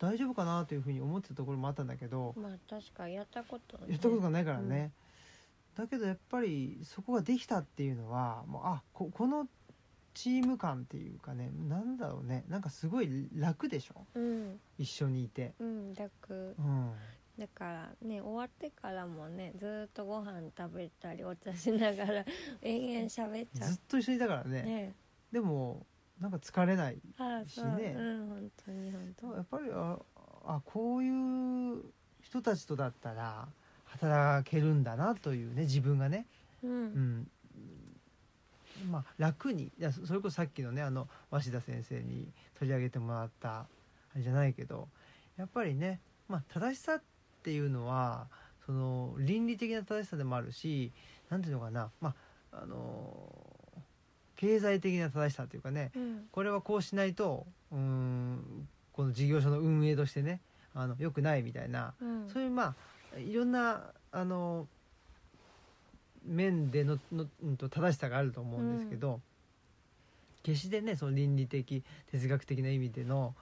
[SPEAKER 1] 大丈夫かなというふうに思ってたところもあったんだけど
[SPEAKER 2] まあ確かやったことね
[SPEAKER 1] やったことがないからね、だけどやっぱりそこができたっていうのはもうあここのチーム感っていうかねなんだろうねなんかすごい楽でしょ
[SPEAKER 2] うん
[SPEAKER 1] 一緒にいて。
[SPEAKER 2] うんだく
[SPEAKER 1] うん
[SPEAKER 2] だからね終わってからもねずーっとご飯食べたりお茶しながら延々喋っちゃ
[SPEAKER 1] ず
[SPEAKER 2] っ
[SPEAKER 1] っと一緒にいたから
[SPEAKER 2] てね
[SPEAKER 1] でもなんか疲れない
[SPEAKER 2] ああそう、
[SPEAKER 1] しね
[SPEAKER 2] うん本当に本
[SPEAKER 1] やっぱりああこういう人たちとだったら働けるんだなというね自分がね、
[SPEAKER 2] 当うん、
[SPEAKER 1] うんまあ、楽にいやそそれこそさっきのねあの鷲田先生に取り上げてもらったあれじゃないけどやっぱりね、まあ、正しさっていうのはその倫理的な正しさでもあるし何ていうのかな、まあ、あの経済的な正しさというかね
[SPEAKER 2] うん
[SPEAKER 1] これはこうしないとうーんこの事業所の運営としてねあの良くないみたいな
[SPEAKER 2] うん
[SPEAKER 1] そういうまあいろんなあの面でのの、うん、と正しさがあると思うんですけど、決してねその倫理的哲学的な意味での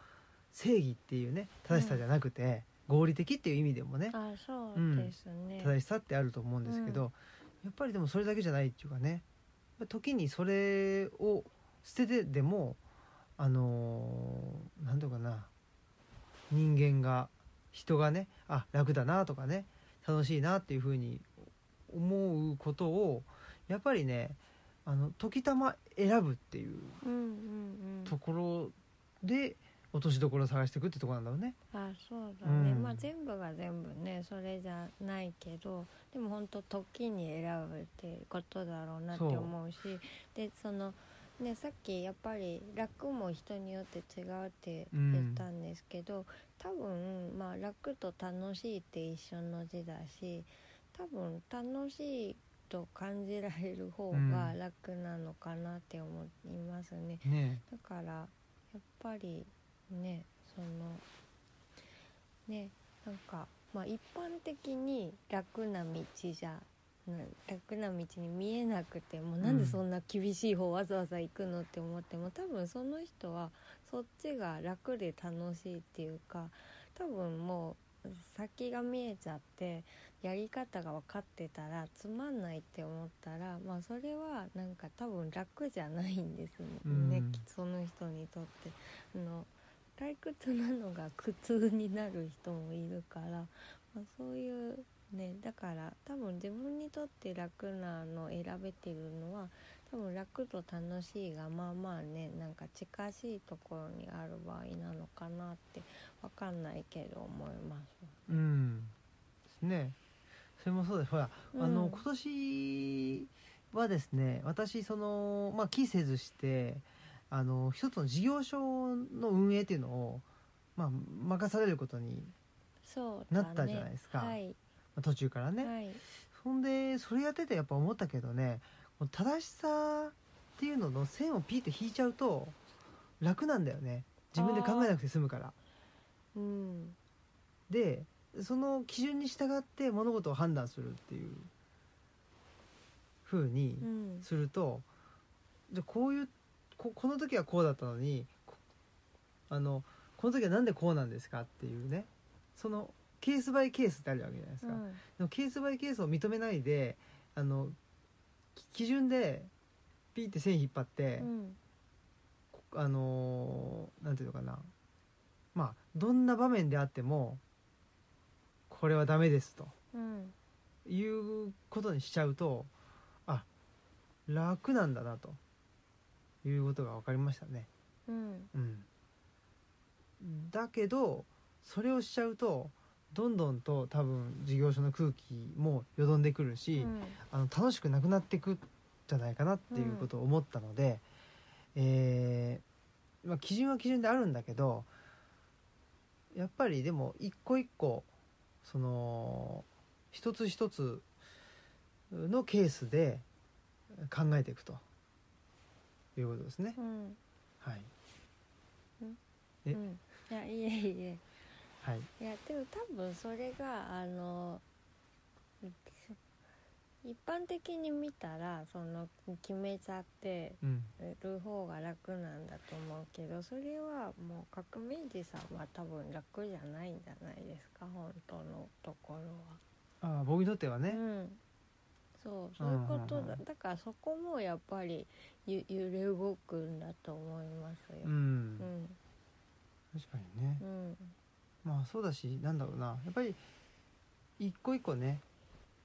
[SPEAKER 1] 正義っていうね正しさじゃなくて、合理的っていう意味でもね
[SPEAKER 2] あそうですね、
[SPEAKER 1] 正しさってあると思うんですけど、やっぱりでもそれだけじゃないっていうかね時にそれを捨ててでもあのーなんていうのかな人間が人がねあ楽だなとかね楽しいなっていうふうに思うことをやっぱりねあの時たま選ぶっていう
[SPEAKER 2] うんうんうん
[SPEAKER 1] ところで落としどころを探していくってところなんだろうね。
[SPEAKER 2] あそうだね、
[SPEAKER 1] うん
[SPEAKER 2] まあ全部が全部ねそれじゃないけどでも本当時に選ぶってことだろうなって
[SPEAKER 1] そう
[SPEAKER 2] 思うしでそのねさっきやっぱり楽も人によって違うって言ったんですけど、多分まあ楽と楽しいって一緒の字だし多分楽しいと感じられる方が楽なのかなって思いますね。
[SPEAKER 1] ね
[SPEAKER 2] だからやっぱりねそのねなんか、まあ、一般的に楽な道じゃな楽な道に見えなくてもなんでそんな厳しい方わざわざ行くのって思っても多分その人はそっちが楽で楽しいっていうか多分もう先が見えちゃってやり方が分かってたらつまんないって思ったらまあそれはなんか多分楽じゃないんですね、
[SPEAKER 1] うん
[SPEAKER 2] きその人にとって。あの退屈なのが苦痛になる人もいるから、まあ、そういうねだから多分自分にとって楽なの選べてるのは多分楽と楽しいがまあまあねなんか近しいところにある場合なのかなってわかんないけど思います。
[SPEAKER 1] うんですねそれもそうですほらあ
[SPEAKER 2] う
[SPEAKER 1] の
[SPEAKER 2] ん
[SPEAKER 1] 今年はですね私そのまあ期せずしてあの一つの事業所の運営っていうのを、まあ、任されることに
[SPEAKER 2] そうだね
[SPEAKER 1] なったじゃないですか
[SPEAKER 2] はい、
[SPEAKER 1] まあ途中からね、
[SPEAKER 2] はい、
[SPEAKER 1] そんでそれやっててやっぱ思ったけどねこの正しさっていうのの線をピーって引いちゃうと楽なんだよね自分で考えなくて済むから。
[SPEAKER 2] うん、
[SPEAKER 1] でその基準に従って物事を判断するっていう風に
[SPEAKER 2] うん、
[SPEAKER 1] するとじゃあこういうここの時はこうだったのにこあのこの時はなんでこうなんですかっていうねそのケースバイケースってあるわけじゃないですか、
[SPEAKER 2] うん
[SPEAKER 1] でもケースバイケースを認めないであのき基準でピーって線引っ張って、
[SPEAKER 2] うん、
[SPEAKER 1] こあのーなんていうのかなまあどんな場面であってもこれはダメですと
[SPEAKER 2] うん、
[SPEAKER 1] いうことにしちゃうとあ楽なんだなということが分かりましたね。
[SPEAKER 2] うん、
[SPEAKER 1] うん、だけどそれをしちゃうとどんどんと多分事業所の空気もよどんでくるし、
[SPEAKER 2] うん
[SPEAKER 1] あの楽しくなくなっていくんじゃないかなっていうことを思ったので、えーまあ、基準は基準であるんだけどやっぱりでも一個一個その一つ一つのケースで考えていくということですね。
[SPEAKER 2] うん、
[SPEAKER 1] はい、え
[SPEAKER 2] うん、いやいえいえ。
[SPEAKER 1] はい、
[SPEAKER 2] いやでも多分それがあの一般的に見たらその決めちゃって
[SPEAKER 1] うん
[SPEAKER 2] る方が楽なんだと思うけどそれはもう革命児さんは多分楽じゃないんじゃないですか本当のところは。
[SPEAKER 1] ああ僕にとってはね、
[SPEAKER 2] うん、そうそういうこと
[SPEAKER 1] うんうん
[SPEAKER 2] だ
[SPEAKER 1] うん
[SPEAKER 2] だからそこもやっぱりゆ揺れ動くんだと思いますよ
[SPEAKER 1] うん。
[SPEAKER 2] うん
[SPEAKER 1] 確かにね、
[SPEAKER 2] うん
[SPEAKER 1] まあそうだしなんだろうなやっぱり一個一個ね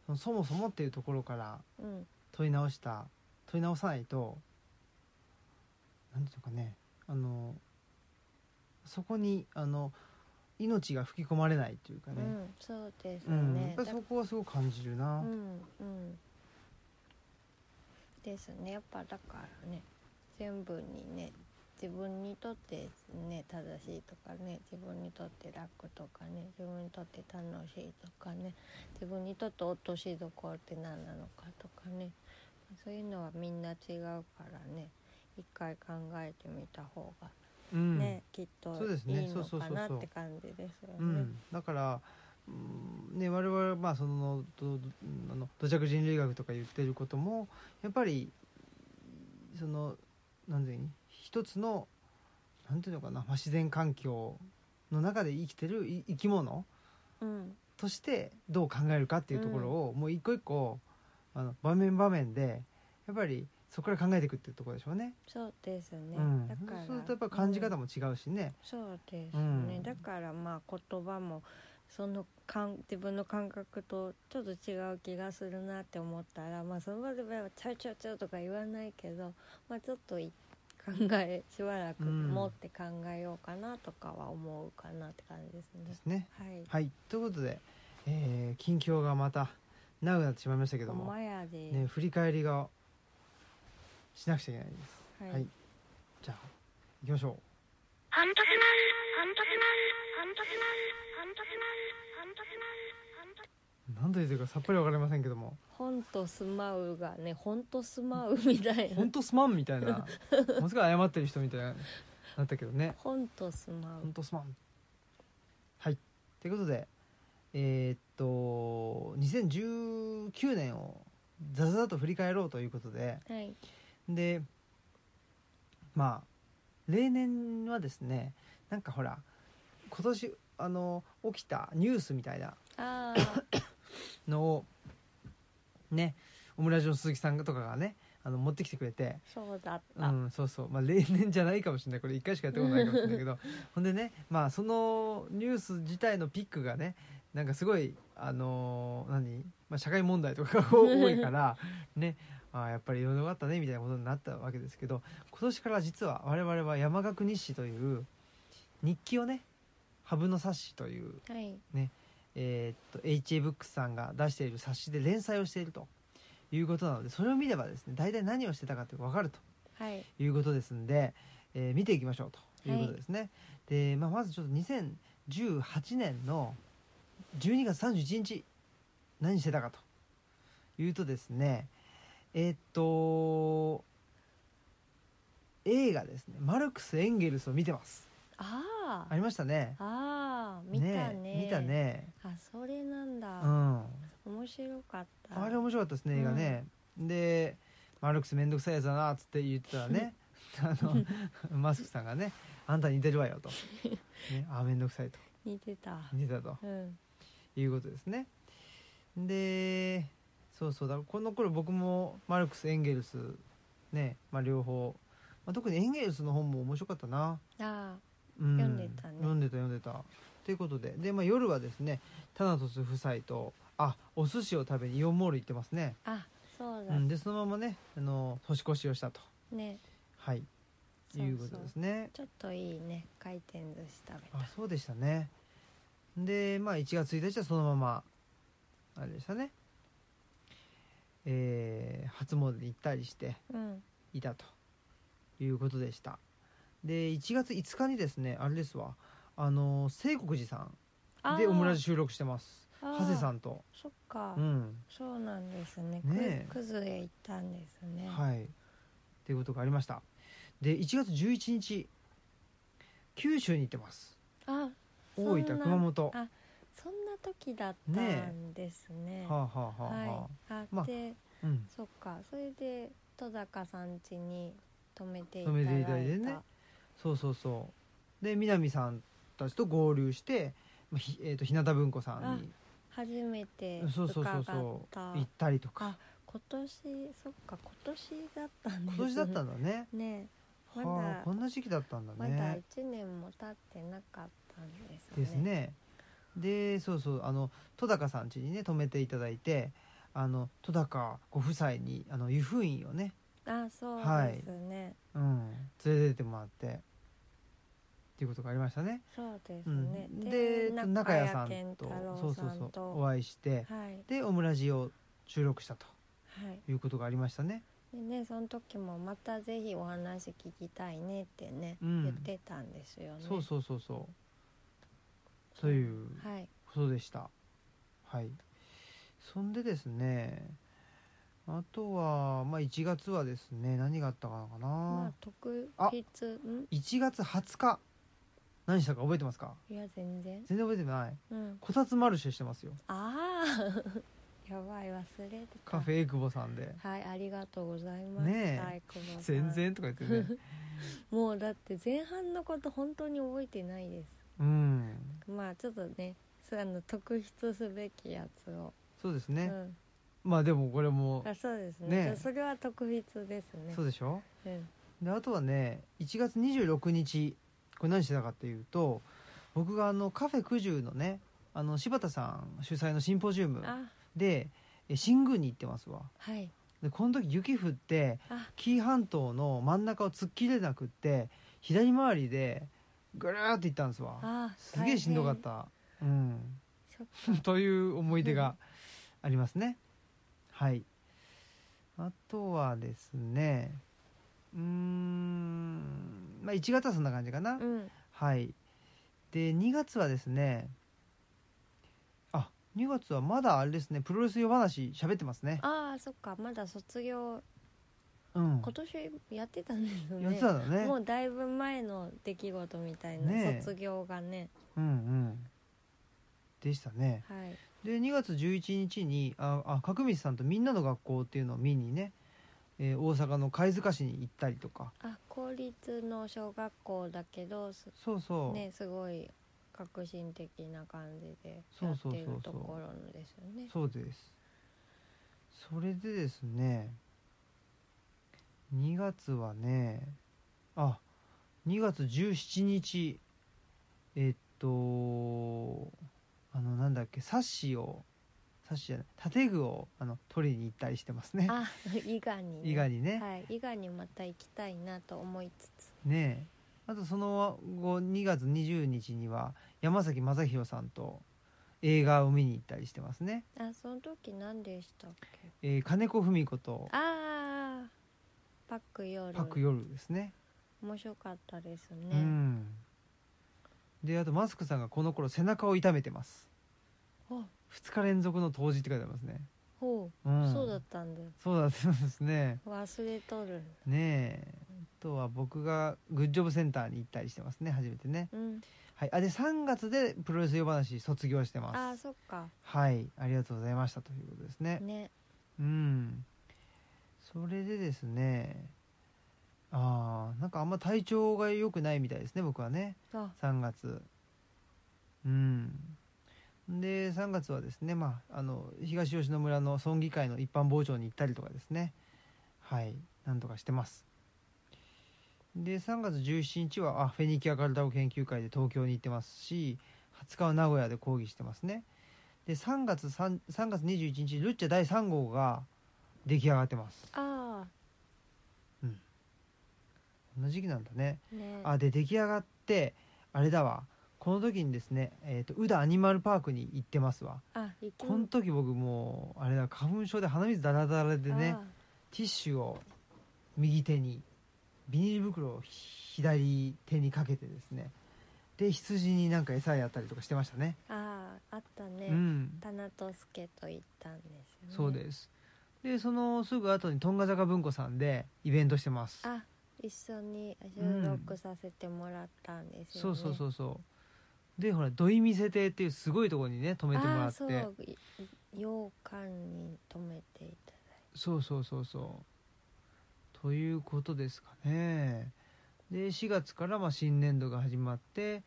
[SPEAKER 1] そのそもそもっていうところから
[SPEAKER 2] うん
[SPEAKER 1] 問い直した問い直さないと何ていうのかねあのそこにあの命が吹き込まれないっていうか
[SPEAKER 2] う
[SPEAKER 1] ね、
[SPEAKER 2] んそうです
[SPEAKER 1] う
[SPEAKER 2] よ
[SPEAKER 1] ん
[SPEAKER 2] ね
[SPEAKER 1] やっ。ぱりそこはすごく感じるな、
[SPEAKER 2] うんうんですねやっぱだからね全部にね自分にとってね正しいとかね自分にとって楽とかね自分にとって楽しいとかね自分にとって落としどころって何なのかとかねそういうのはみんな違うからね一回考えてみた方が
[SPEAKER 1] うん
[SPEAKER 2] ね、きっと
[SPEAKER 1] そうです
[SPEAKER 2] い
[SPEAKER 1] ね
[SPEAKER 2] い
[SPEAKER 1] そう
[SPEAKER 2] の
[SPEAKER 1] そうそう
[SPEAKER 2] か
[SPEAKER 1] そう
[SPEAKER 2] なって感じですよね。
[SPEAKER 1] うん、だから、うんね、我々はまあそのどどあの土着人類学とか言ってることもやっぱりその何て言うの一つの何て言うのかな、まあ、自然環境の中で生きてるい生き物
[SPEAKER 2] うん
[SPEAKER 1] としてどう考えるかっていうところを、もう一個一個あの場面場面でやっぱりそこから考えていくっていうところでしょうね。
[SPEAKER 2] そうですね、
[SPEAKER 1] うん
[SPEAKER 2] だから
[SPEAKER 1] そうするとやっぱり感じ方
[SPEAKER 2] も、
[SPEAKER 1] も違うしね。
[SPEAKER 2] そうですね、
[SPEAKER 1] うん
[SPEAKER 2] だからまあ言葉もその感自分の感覚とちょっと違う気がするなって思ったらまあその場では「ちゃうちゃうちゃう」とか言わないけど、まあ、ちょっとい考えしばらく
[SPEAKER 1] うん
[SPEAKER 2] 持って考えようかなとかは思うかなって感じです
[SPEAKER 1] で
[SPEAKER 2] ね
[SPEAKER 1] す。ね。
[SPEAKER 2] はい、
[SPEAKER 1] はい、ということで、えー近況がまた長くなってしまいましたけど
[SPEAKER 2] お
[SPEAKER 1] も、
[SPEAKER 2] まやで、
[SPEAKER 1] ね、振り返りがしなくちゃいけないです。
[SPEAKER 2] はい
[SPEAKER 1] はいじゃあ行きましょ
[SPEAKER 3] ほんとすまん、ほんとすまん、ほんとすまん、ほんとすまん、ほんとすまん、ほんと
[SPEAKER 1] う。何と言ってるかさっぱりわかりませんけども、
[SPEAKER 2] ほんとスマウがね、ほんとスマウみたい
[SPEAKER 1] ほ
[SPEAKER 2] な。
[SPEAKER 1] んとすまんみたいな、もうすぐ謝ってる人みたいななったけどね、
[SPEAKER 2] ほんとスマ
[SPEAKER 1] ほ
[SPEAKER 2] ウ
[SPEAKER 1] ん。とすまん。はい、ということで、えーっと2019年をざざざっと振り返ろうということで、
[SPEAKER 2] はい。
[SPEAKER 1] でまあ例年はですねなんかほら今年あの起きたニュースみたいな
[SPEAKER 2] ああ、
[SPEAKER 1] のをねオムラジオの鈴木さんとかがねあの持ってきてくれて、
[SPEAKER 2] そうだっ
[SPEAKER 1] う
[SPEAKER 2] た。
[SPEAKER 1] ん、そうそう、まあ、例年じゃないかもしれないこれ1回しかやったことないかもしれないけどほんでね、まあ、そのニュース自体のピックがねなんかすごい、あのー何まあ、社会問題とかが多いから、ね、あーやっぱりいろいろあったねみたいなことになったわけですけど今年から実は我々は山岳日誌という日記をねハブの冊子という、
[SPEAKER 2] はい。
[SPEAKER 1] えーっと HA ブックスさんが出している冊子で連載をしているということなのでそれを見ればですね大体何をしてたかって分かると
[SPEAKER 2] はい。
[SPEAKER 1] ということですんで、えー見ていきましょうということですね。で、まあ、まずちょっと2018年の12月31日何してたかというとですねえーっと映画ですね「マルクス・エンゲルス」を見てます
[SPEAKER 2] ああ
[SPEAKER 1] あ。りましたね
[SPEAKER 2] ああ、見たね。
[SPEAKER 1] 見た。ね
[SPEAKER 2] あ、それなん
[SPEAKER 1] う
[SPEAKER 2] だ。
[SPEAKER 1] ん
[SPEAKER 2] 面白かった。
[SPEAKER 1] あれ面白かったですね映画ね、でマルクスめんどくさいやつだなっつって言ってたら
[SPEAKER 2] <laughs>
[SPEAKER 1] ねあの <laughs> マスクさんがね「あんた似てるわよ」
[SPEAKER 2] <laughs>
[SPEAKER 1] と「ね、あーめんどくさい」と
[SPEAKER 2] 似てた。
[SPEAKER 1] 似てたと
[SPEAKER 2] うん。
[SPEAKER 1] いうことですねでそうそうだからこの頃僕もマルクスエンゲルスね、まあ、両方、まあ、特にエンゲルスの本も面白かったな、
[SPEAKER 2] あ
[SPEAKER 1] うん、
[SPEAKER 2] 読んでたね
[SPEAKER 1] 読んでた読んでたということでで、まあ、夜はですねタナトス夫妻とあお寿司を食べにイオンモール行ってますね
[SPEAKER 2] あ。あ、そう
[SPEAKER 1] う
[SPEAKER 2] だ。
[SPEAKER 1] ん、でそのままねあの年越しをしたと、
[SPEAKER 2] ね。
[SPEAKER 1] はい、
[SPEAKER 2] そうそう
[SPEAKER 1] いうことですね。
[SPEAKER 2] ちょっといいね。回転寿司食べた
[SPEAKER 1] あ。そうでしたねでまあ1月1日はそのままあれでしたね、えー初詣に行ったりして
[SPEAKER 2] うん。
[SPEAKER 1] いたということでしたで1月5日にですねあれですわあの聖国寺さ
[SPEAKER 2] あ
[SPEAKER 1] んでオムラジ収録してます
[SPEAKER 2] 長
[SPEAKER 1] 長谷さ
[SPEAKER 2] ん。
[SPEAKER 1] んと
[SPEAKER 2] そっか
[SPEAKER 1] う。ん
[SPEAKER 2] そうなんですね。
[SPEAKER 1] ねえ
[SPEAKER 2] くずへ行ったんですね。
[SPEAKER 1] はいっていうことがありましたで1月11日九州に行ってます
[SPEAKER 2] あ、
[SPEAKER 1] 大分
[SPEAKER 2] そんな
[SPEAKER 1] 熊本は
[SPEAKER 2] あそんな時だったんですね。
[SPEAKER 1] あ、はあはあ
[SPEAKER 2] は。
[SPEAKER 1] はい
[SPEAKER 2] あ、
[SPEAKER 1] まあ
[SPEAKER 2] で、
[SPEAKER 1] あ、うん
[SPEAKER 2] そっか。それで戸高さん家に泊めてい
[SPEAKER 1] 泊
[SPEAKER 2] た
[SPEAKER 1] め
[SPEAKER 2] だい
[SPEAKER 1] ていた
[SPEAKER 2] た。
[SPEAKER 1] だいてねそうそうそうで南さんたちと合流して、まあひえー、と日向文庫さんに
[SPEAKER 2] 初めて
[SPEAKER 1] そうそうそう
[SPEAKER 2] 伺った。
[SPEAKER 1] そう行ったりとか
[SPEAKER 2] あ、今年そっか今年だったんです、ね。
[SPEAKER 1] 今年だったんだね
[SPEAKER 2] ね。 <laughs> まだ
[SPEAKER 1] はあこんな時期だったんだ
[SPEAKER 2] まだ
[SPEAKER 1] ね
[SPEAKER 2] 一年も経ってなかったんですね。
[SPEAKER 1] です。ねでそうそうあの戸高さん家にね泊めていただいてあの戸高ご夫妻にあの湯布院をね、
[SPEAKER 2] あ、そう
[SPEAKER 1] はい
[SPEAKER 2] ですね。
[SPEAKER 1] うん、連れてってもらってっていうことがありましたね
[SPEAKER 2] そうです
[SPEAKER 1] うん
[SPEAKER 2] ね。
[SPEAKER 1] で中谷さん
[SPEAKER 2] 健
[SPEAKER 1] と
[SPEAKER 2] 太郎
[SPEAKER 1] そうそう
[SPEAKER 2] さん
[SPEAKER 1] そう
[SPEAKER 2] と
[SPEAKER 1] お会いして
[SPEAKER 2] はい
[SPEAKER 1] でオムラジを収録したと
[SPEAKER 2] はい。
[SPEAKER 1] いうことがありましたね
[SPEAKER 2] でねその時もまたぜひお話聞きたいねってね、
[SPEAKER 1] うん
[SPEAKER 2] 言ってたんですよね。
[SPEAKER 1] そうそうそうそうという
[SPEAKER 2] はい
[SPEAKER 1] ことでしたはいそんでですねあとはまあ1月はですね何があったかなかな、
[SPEAKER 2] まあ特
[SPEAKER 1] あ
[SPEAKER 2] 筆ん
[SPEAKER 1] 1月20日何したか覚えてますか
[SPEAKER 2] いや全然、
[SPEAKER 1] 全然覚えてない
[SPEAKER 2] うん、
[SPEAKER 1] こたつマルシェしてますよ
[SPEAKER 2] ああ <laughs> やばい忘れてた
[SPEAKER 1] カフェエクボさんで
[SPEAKER 2] はいありがとうございました、
[SPEAKER 1] ねえ
[SPEAKER 2] え
[SPEAKER 1] 全然とか言
[SPEAKER 2] <laughs>
[SPEAKER 1] ってね
[SPEAKER 2] もうだって前半のこと本当に覚えてないです
[SPEAKER 1] うん
[SPEAKER 2] まあちょっとねそうあの特筆すべきやつを、
[SPEAKER 1] そうです
[SPEAKER 2] う
[SPEAKER 1] ね、
[SPEAKER 2] ん、
[SPEAKER 1] まあでもこれも
[SPEAKER 2] あそうですね
[SPEAKER 1] ねえ
[SPEAKER 2] じゃあそれは特筆ですね
[SPEAKER 1] そうでしょ
[SPEAKER 2] うん
[SPEAKER 1] であとはね1月26日これ何してたかっていうと僕があのカフェ九十のねあの柴田さん主催のシンポジウム
[SPEAKER 2] あ
[SPEAKER 1] でえ新宮に行ってますわ
[SPEAKER 2] はい
[SPEAKER 1] でこの時雪降って
[SPEAKER 2] あ
[SPEAKER 1] 紀伊半島の真ん中を突っ切れなくって左回りでぐるーっと行ったんですわ
[SPEAKER 2] あ
[SPEAKER 1] すげえしんどかったうん
[SPEAKER 2] 大変そっか
[SPEAKER 1] <laughs> という思い出がありますねはいあとはですねうーんまあ1月はそんな感じかな、
[SPEAKER 2] うん
[SPEAKER 1] はいで2月はですねあ2月はまだあれですねプロレス夜話喋ってますね
[SPEAKER 2] ああそっかまだ卒業
[SPEAKER 1] うん
[SPEAKER 2] 今年やってたんですね
[SPEAKER 1] やってたんだね
[SPEAKER 2] もうだいぶ前の出来事みたいな、
[SPEAKER 1] ねえ
[SPEAKER 2] 卒業がね
[SPEAKER 1] うんうんでしたね
[SPEAKER 2] はい
[SPEAKER 1] で2月11日にああ角光さんと「みんなの学校」っていうのを見にね、えー大阪の貝塚市に行ったりとか
[SPEAKER 2] あ公立の小学校だけどす
[SPEAKER 1] そうそう、
[SPEAKER 2] ねすごい革新的な感じで
[SPEAKER 1] そ
[SPEAKER 2] や
[SPEAKER 1] う
[SPEAKER 2] っ
[SPEAKER 1] そう
[SPEAKER 2] て
[SPEAKER 1] そうそう
[SPEAKER 2] るところのですよね
[SPEAKER 1] そうですそれでですね2月はねあ2月17日えっとあのなんだっけサッシをサッシじゃない建具をあの取りに行ったりしてますね
[SPEAKER 2] あ伊賀に、ね、
[SPEAKER 1] 伊賀にね、
[SPEAKER 2] はい伊賀にまた行きたいなと思いつつ
[SPEAKER 1] ねえあとその後2月20日には山崎正弘さんと映画を見に行ったりしてますね、
[SPEAKER 2] あその時何でしたっけ
[SPEAKER 1] えー金子文子と
[SPEAKER 2] ああパック夜
[SPEAKER 1] パク・ヨルですね
[SPEAKER 2] 面白かったです
[SPEAKER 1] う
[SPEAKER 2] ね、
[SPEAKER 1] んであとマスクさんがこの頃背中を痛めてます
[SPEAKER 2] あ
[SPEAKER 1] 2日連続の当時って書いてありますね、
[SPEAKER 2] ほ
[SPEAKER 1] う
[SPEAKER 2] う、
[SPEAKER 1] ん、
[SPEAKER 2] そうだったんだ
[SPEAKER 1] そうだったんですね
[SPEAKER 2] 忘れとる
[SPEAKER 1] ねえあとは僕がグッジョブセンターに行ったりしてますね初めてね
[SPEAKER 2] うん
[SPEAKER 1] はいあで3月でプロレス呼ばなし卒業して
[SPEAKER 2] あ
[SPEAKER 1] ま
[SPEAKER 2] ー
[SPEAKER 1] す
[SPEAKER 2] そっか
[SPEAKER 1] はいありがとうございましたということですね
[SPEAKER 2] ね
[SPEAKER 1] うんそれでですねああんかあんま体調が良くないみたいですね僕はね
[SPEAKER 2] あ
[SPEAKER 1] 3月うんで3月はですね、まあ、あの東吉野村の村議会の一般傍聴に行ったりとかですねはいなんとかしてますで3月17日はあフェニキアカルタゴ研究会で東京に行ってますし20日は名古屋で講義してますねで3月 3, 3月21日ルッチャ第3号が出来上がってます
[SPEAKER 2] あ
[SPEAKER 1] この時期なんだね
[SPEAKER 2] ーね
[SPEAKER 1] あで出来上がってあれだわこの時にですね、えー、と宇田アニマルパークに行ってますわ、
[SPEAKER 2] あ行き
[SPEAKER 1] この時僕もうあれだ花粉症で鼻水ダラダラでね
[SPEAKER 2] あー
[SPEAKER 1] ティッシュを右手にビニール袋を左手にかけてですねで羊になんか餌やったりとかしてましたね
[SPEAKER 2] あーあったね、
[SPEAKER 1] うん
[SPEAKER 2] タナトスケと行ったんですよね
[SPEAKER 1] そうですでそのすぐ後にトンガ坂文庫さんでイベントしてます
[SPEAKER 2] あ一緒に収録させてもらったんです
[SPEAKER 1] そ
[SPEAKER 2] よ、ね
[SPEAKER 1] うそうそうそうでほら土井見せ亭っていうすごいところにね泊めてもらっ
[SPEAKER 2] あ
[SPEAKER 1] て
[SPEAKER 2] ーそうい羊羹に止めていた
[SPEAKER 1] そうそうそうそう。ということですかね。で4月からまあ新年度が始まって、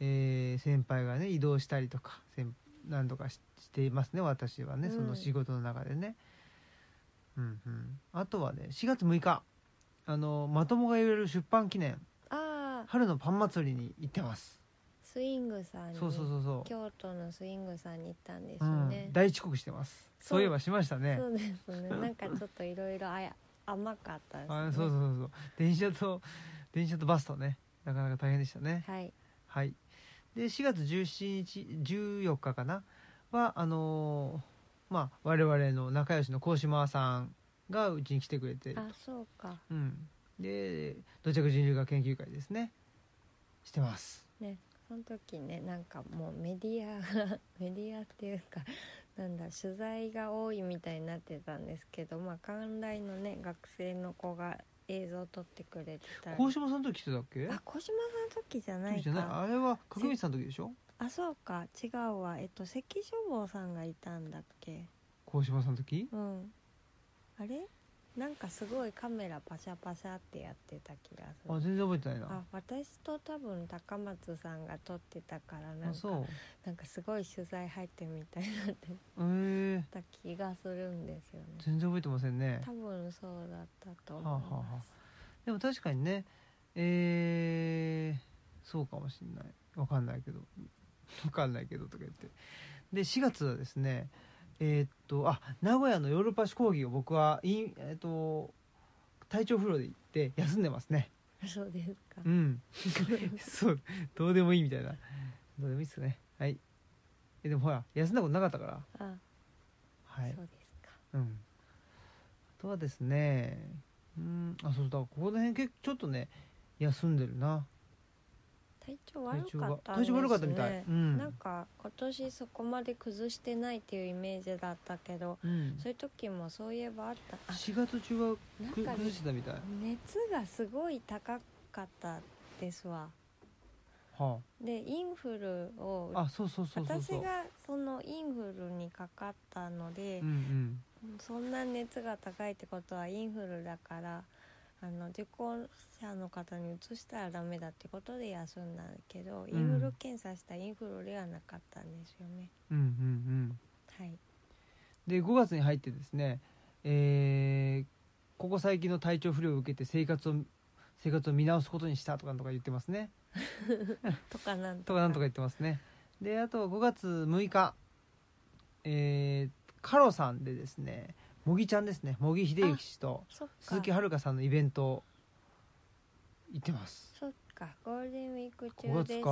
[SPEAKER 1] えー先輩がね移動したりとか先何とかししていますね私はね
[SPEAKER 2] うん
[SPEAKER 1] その仕事の中でね。うんうん、あとはね4月6日あのまともが言える出版記念
[SPEAKER 2] ああ
[SPEAKER 1] 春のパン祭りに行ってます。
[SPEAKER 2] スイングさんに
[SPEAKER 1] そうそうそうそう。
[SPEAKER 2] 京都のスイングさんに行ったんです
[SPEAKER 1] う
[SPEAKER 2] よ
[SPEAKER 1] ん
[SPEAKER 2] ね、
[SPEAKER 1] 大遅刻してます。
[SPEAKER 2] そう
[SPEAKER 1] そういえばしましたね。
[SPEAKER 2] そうですねなんかちょっといろいろあや甘かったです、ね、
[SPEAKER 1] あそうそうそうそう電車と電車とバスとねなかなか大変でしたね
[SPEAKER 2] はい
[SPEAKER 1] はいで4月17日14日かなはあのーまあ我々の仲良しの鴻島さんがうちに来てくれてると
[SPEAKER 2] あそうか
[SPEAKER 1] うん、で土着人類学研究会ですねしてます
[SPEAKER 2] ねその時ねなんかもうメディア <laughs> がメディアっていうかなんだ取材が多いみたいになってたんですけどまあ関大のね学生の子が映像撮ってくれてたり
[SPEAKER 1] 鴻島さんの時来てたっけ
[SPEAKER 2] あ小島さんの時じゃない
[SPEAKER 1] 時じゃない
[SPEAKER 2] か
[SPEAKER 1] あれは角道さんの時でしょ
[SPEAKER 2] あそうか違うわえっと関書房さんがいたんだっけ
[SPEAKER 1] 鴻島さんの時
[SPEAKER 2] うんあれなんかすごいカメラパシャパシャってやってた気がす
[SPEAKER 1] あ
[SPEAKER 2] る
[SPEAKER 1] 全然覚えてない
[SPEAKER 2] あ
[SPEAKER 1] な
[SPEAKER 2] 私と多分高松さんが撮ってたからな
[SPEAKER 1] あ
[SPEAKER 2] んか
[SPEAKER 1] そう
[SPEAKER 2] なんかすごい取材入ってみたいになって
[SPEAKER 1] えー、
[SPEAKER 2] た気がするんですよね
[SPEAKER 1] 全然覚えてませんね
[SPEAKER 2] 多分そうだったと
[SPEAKER 1] はあ、
[SPEAKER 2] 思い
[SPEAKER 1] は
[SPEAKER 2] ます、
[SPEAKER 1] あはあ、でも確かにねえー、そうかもしんないわかんないけど <laughs> わかんないけどとか言ってで4月はですねえーっとあ名古屋のヨーロッパ志講義を僕はいんえーっと体調不良で行って休んでますね
[SPEAKER 2] そうですか
[SPEAKER 1] うん <laughs> そうどうでもいいみたいなどうでもいいっすねはいえでもほら休んだことなかったから
[SPEAKER 2] あ、
[SPEAKER 1] はい
[SPEAKER 2] そうですか
[SPEAKER 1] うん、あとはですねうんあそうだここら辺結構ちょっとね休んでるな
[SPEAKER 2] 体調
[SPEAKER 1] 体
[SPEAKER 2] 悪
[SPEAKER 1] 調
[SPEAKER 2] か
[SPEAKER 1] が
[SPEAKER 2] った
[SPEAKER 1] 体
[SPEAKER 2] んです、
[SPEAKER 1] 調
[SPEAKER 2] ね、
[SPEAKER 1] 悪かったみたい、うん
[SPEAKER 2] なんか今年そこまで崩してないっていうイメージだったけど
[SPEAKER 1] うん、
[SPEAKER 2] そういう時もそういえばあったあ
[SPEAKER 1] 4月中は
[SPEAKER 2] なん
[SPEAKER 1] く
[SPEAKER 2] かね
[SPEAKER 1] 崩してたみたい、
[SPEAKER 2] 熱がすごい高かったですわ
[SPEAKER 1] は
[SPEAKER 2] でインフルを
[SPEAKER 1] あ、あそうそうそうそうそう
[SPEAKER 2] 私がそのインフルにかかったので
[SPEAKER 1] うんう、ん
[SPEAKER 2] そんな熱が高いってことはインフルだからあの受講者の方に移したらダメだってことで休んだけど、インフル検査したインフルではなかったんですよね
[SPEAKER 1] うんうんうん
[SPEAKER 2] はい
[SPEAKER 1] で5月に入ってですねえーここ最近の体調不良を受けて生活を生活を見直すことにしたとかなんとか言ってますね
[SPEAKER 2] とかなんと
[SPEAKER 1] と
[SPEAKER 2] か
[SPEAKER 1] かなんとか言ってますねであと5月6日えー、カロさんでですね茂木ちゃんですね茂木秀幸氏と
[SPEAKER 2] そっか
[SPEAKER 1] 鈴木遥さんのイベント行ってます
[SPEAKER 2] そっかゴールデンウィーク
[SPEAKER 1] 5
[SPEAKER 2] 中で
[SPEAKER 1] 月
[SPEAKER 2] したね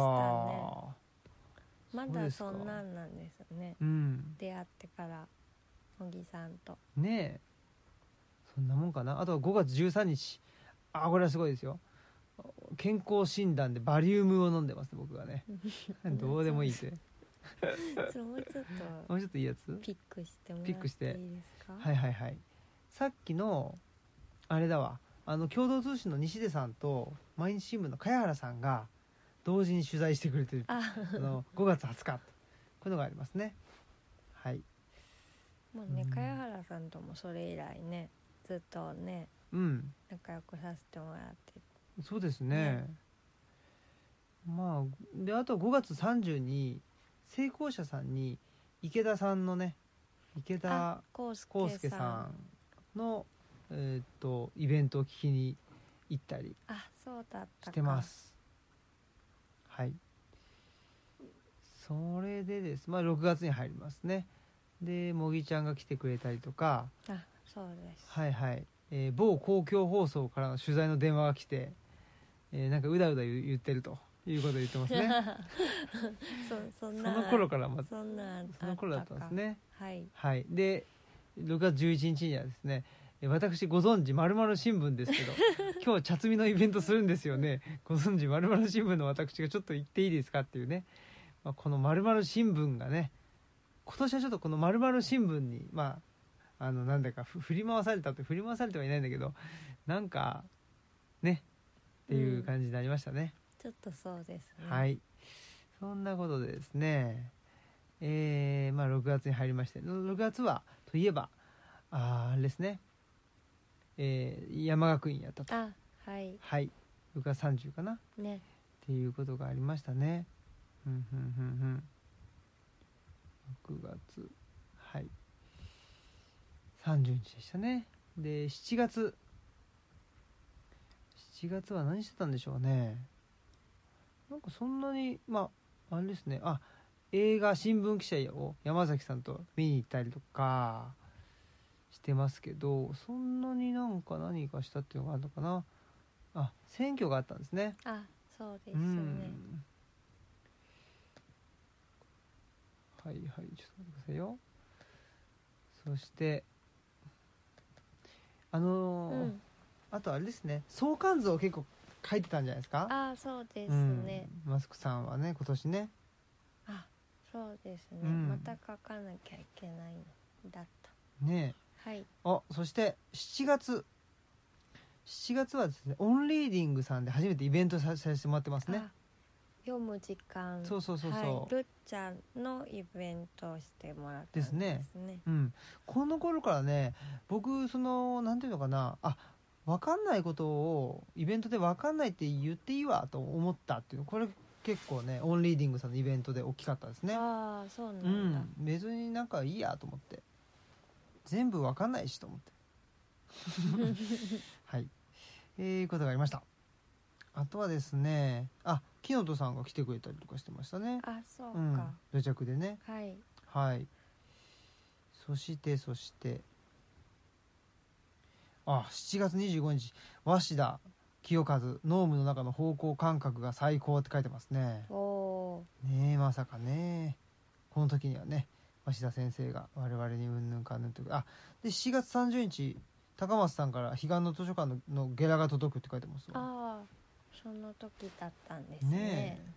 [SPEAKER 1] か
[SPEAKER 2] ま
[SPEAKER 1] そう
[SPEAKER 2] だ
[SPEAKER 1] ですか
[SPEAKER 2] そんなんなんですね
[SPEAKER 1] うん
[SPEAKER 2] 出会ってから茂木さん
[SPEAKER 1] <laughs>
[SPEAKER 2] と
[SPEAKER 1] ねえそんなもんかなあとは5月13日あこれはすごいですよ健康診断でバリウムを飲んでますね僕がねどうでもいいって
[SPEAKER 2] それもうちょっ
[SPEAKER 1] もうちょっといいやつ
[SPEAKER 2] とピックしてもら
[SPEAKER 1] ピック
[SPEAKER 2] っ
[SPEAKER 1] して
[SPEAKER 2] ていいですか
[SPEAKER 1] はいはいはいさっきのあれだわあの共同通信の西出さんと毎日新聞の茅原さんが同時に取材してくれてるあ
[SPEAKER 2] あ
[SPEAKER 1] の5月20日こういうのがありますねはい
[SPEAKER 2] もうね
[SPEAKER 1] うん
[SPEAKER 2] 茅原さんともそれ以来ねずっとね
[SPEAKER 1] うん
[SPEAKER 2] 仲良くさせてもらって
[SPEAKER 1] そうですねまあであと5月30に成功者さんに池田さんのね池田
[SPEAKER 2] あこうす
[SPEAKER 1] 康
[SPEAKER 2] け
[SPEAKER 1] 介
[SPEAKER 2] さん
[SPEAKER 1] さんのえーっとイベントを聞きに行ったり
[SPEAKER 2] あそうだったか
[SPEAKER 1] してますはいそれでですまあ6月に入りますねで茂木ちゃんが来てくれたりとか
[SPEAKER 2] あそうです
[SPEAKER 1] はいはい、えー某公共放送からの取材の電話が来て、えーなんかうだうだ言う言ってるということを言ってます
[SPEAKER 2] <laughs>
[SPEAKER 1] ね
[SPEAKER 2] そ
[SPEAKER 1] そ
[SPEAKER 2] そんな
[SPEAKER 1] の頃からまず
[SPEAKER 2] そんな
[SPEAKER 1] その頃だったんですね
[SPEAKER 2] はい
[SPEAKER 1] はいで6月11日にはですねえー私ご存知まるまる新聞ですけ
[SPEAKER 2] <laughs>
[SPEAKER 1] ど今日茶摘みのイベントするんですよねご存知まるまる新聞の私がちょっと行っていいですかっていうね、まあ、このまるまる新聞がね今年はちょっとこのまるまる新聞にまああのなんだかふ振り回されたって振り回されてはいないんだけどなんかねっていう感じになりましたね、
[SPEAKER 2] ちょっとそうですね
[SPEAKER 1] はいそんなことでですねえーまあ6月に入りまして6月はといえばあーあれですねえー山学院やったと
[SPEAKER 2] あはい
[SPEAKER 1] はい6月30かな
[SPEAKER 2] ね
[SPEAKER 1] っていうことがありましたね。うんうんうんうん。6月はい30日でしたね。で7月7月は何してたんでしょうね。なんかそんなにまああれですねあ映画新聞記者を山崎さんと見に行ったりとかしてますけどそんなになんか何かしたっていうのがあるのかなあ選挙があったんですね
[SPEAKER 2] あそうです
[SPEAKER 1] う
[SPEAKER 2] ね、
[SPEAKER 1] んはいはいちょっと待ってくださいよそしてあのー
[SPEAKER 2] うん、
[SPEAKER 1] あとあれですね相関図を結構書いてたんじゃないですか
[SPEAKER 2] ああそうですね、
[SPEAKER 1] うん、マスクさんはね今年ね
[SPEAKER 2] あそうですね、
[SPEAKER 1] うん
[SPEAKER 2] また書かなきゃいけないんだった
[SPEAKER 1] ね
[SPEAKER 2] はい
[SPEAKER 1] えあそして7月7月はですねオンリーディングさんで初めてイベントささせてもらってますね
[SPEAKER 2] あ読む時間
[SPEAKER 1] そうそうそうそう
[SPEAKER 2] はい、るっちゃんのイベントをしてもらった
[SPEAKER 1] で
[SPEAKER 2] ん
[SPEAKER 1] すね
[SPEAKER 2] ですね
[SPEAKER 1] うんこの頃からね僕そのなんていうのかなあ分かんないことをイベントで分かんないって言っていいわと思ったっていうこれ結構ねオンリーディングさんのイベントで大きかったですね
[SPEAKER 2] ああそうなん
[SPEAKER 1] う
[SPEAKER 2] だ、
[SPEAKER 1] ん別になんかいいやと思って全部わかんないしと思って
[SPEAKER 2] <laughs>
[SPEAKER 1] はいえー、いうことがありましたあとはですねあ木本さんが来てくれたりとかしてましたね
[SPEAKER 2] あそう
[SPEAKER 1] うん
[SPEAKER 2] か、
[SPEAKER 1] 土着でね
[SPEAKER 2] はい
[SPEAKER 1] はいそしてそしてあ7月25日鷲田清和ノームの中の方向感覚が最高って書いてますね
[SPEAKER 2] おお
[SPEAKER 1] ねえまさかねこの時にはね鷲田先生が我々にうんぬんかんぬんというかあで7月30日高松さんから彼岸の図書館ののゲラが届くって書いてます
[SPEAKER 2] ー
[SPEAKER 1] わ
[SPEAKER 2] ああその時だったんですね
[SPEAKER 1] ねえ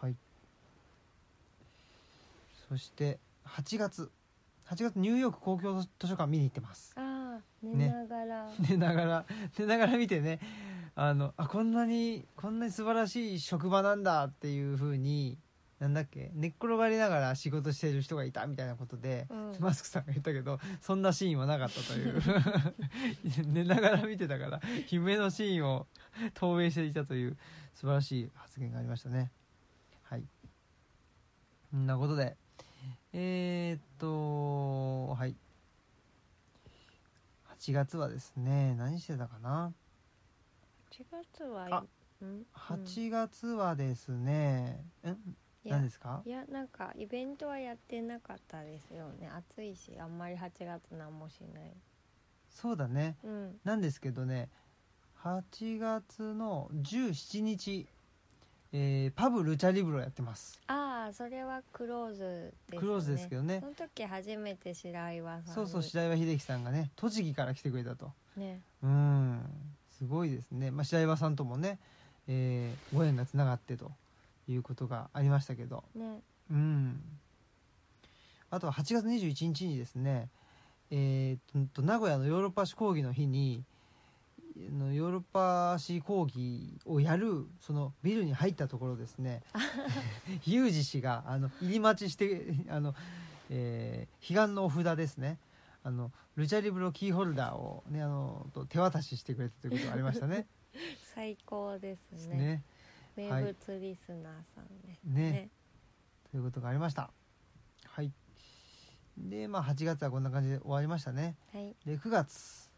[SPEAKER 1] はいそして8月8月ニューヨーク公共図書館見に行ってます <laughs>
[SPEAKER 2] ああ寝
[SPEAKER 1] ね
[SPEAKER 2] ながら、
[SPEAKER 1] 寝ながら寝ながら見てねあのあこんなにこんなに素晴らしい職場なんだっていう風になんだっけ寝っ転がりながら仕事してる人がいたみたいなことで、
[SPEAKER 2] うん
[SPEAKER 1] マスクさんが言ったけどそんなシーンはなかったという <laughs> 寝ながら見てたから夢のシーンを投影していたという素晴らしい発言がありましたねはいそんなことでえー、っとはい8月はですね何してたかな
[SPEAKER 2] 8月は
[SPEAKER 1] あ
[SPEAKER 2] うんうん、
[SPEAKER 1] 8月はですね、ん
[SPEAKER 2] いや
[SPEAKER 1] 何ですか
[SPEAKER 2] いやなんかイベントはやってなかったですよね暑いしあんまり8月何もしない
[SPEAKER 1] そうだね
[SPEAKER 2] うん
[SPEAKER 1] なんですけどね8月の17日、えーパブ・ルチャリブロやってます
[SPEAKER 2] ああそれはクローズですね
[SPEAKER 1] クローズですけどね
[SPEAKER 2] その時初めて白岩さん
[SPEAKER 1] そうそう
[SPEAKER 2] に
[SPEAKER 1] 白岩秀樹さんがね栃木から来てくれたと
[SPEAKER 2] ね
[SPEAKER 1] うんすごいですね、まあ、白岩さんともね、えーご縁がつながってということがありましたけど
[SPEAKER 2] ね
[SPEAKER 1] うんあとは8月21日にですねえーっと名古屋のヨーロッパ市講義の日にあのヨーロッパ市講義をやるそのビルに入ったところですねユージ氏があの入り待ちしてあの、えー彼岸のお札ですねあのルチャリブロキーホルダーを、ね、あのと手渡ししてくれたということがありましたね。
[SPEAKER 2] 最高ですね
[SPEAKER 1] ね
[SPEAKER 2] 名
[SPEAKER 1] はい
[SPEAKER 2] 物リスナーさんです
[SPEAKER 1] ねということがありました。はい。で、まあ、8月はこんな感じで終わりましたね。
[SPEAKER 2] はい
[SPEAKER 1] で、9月。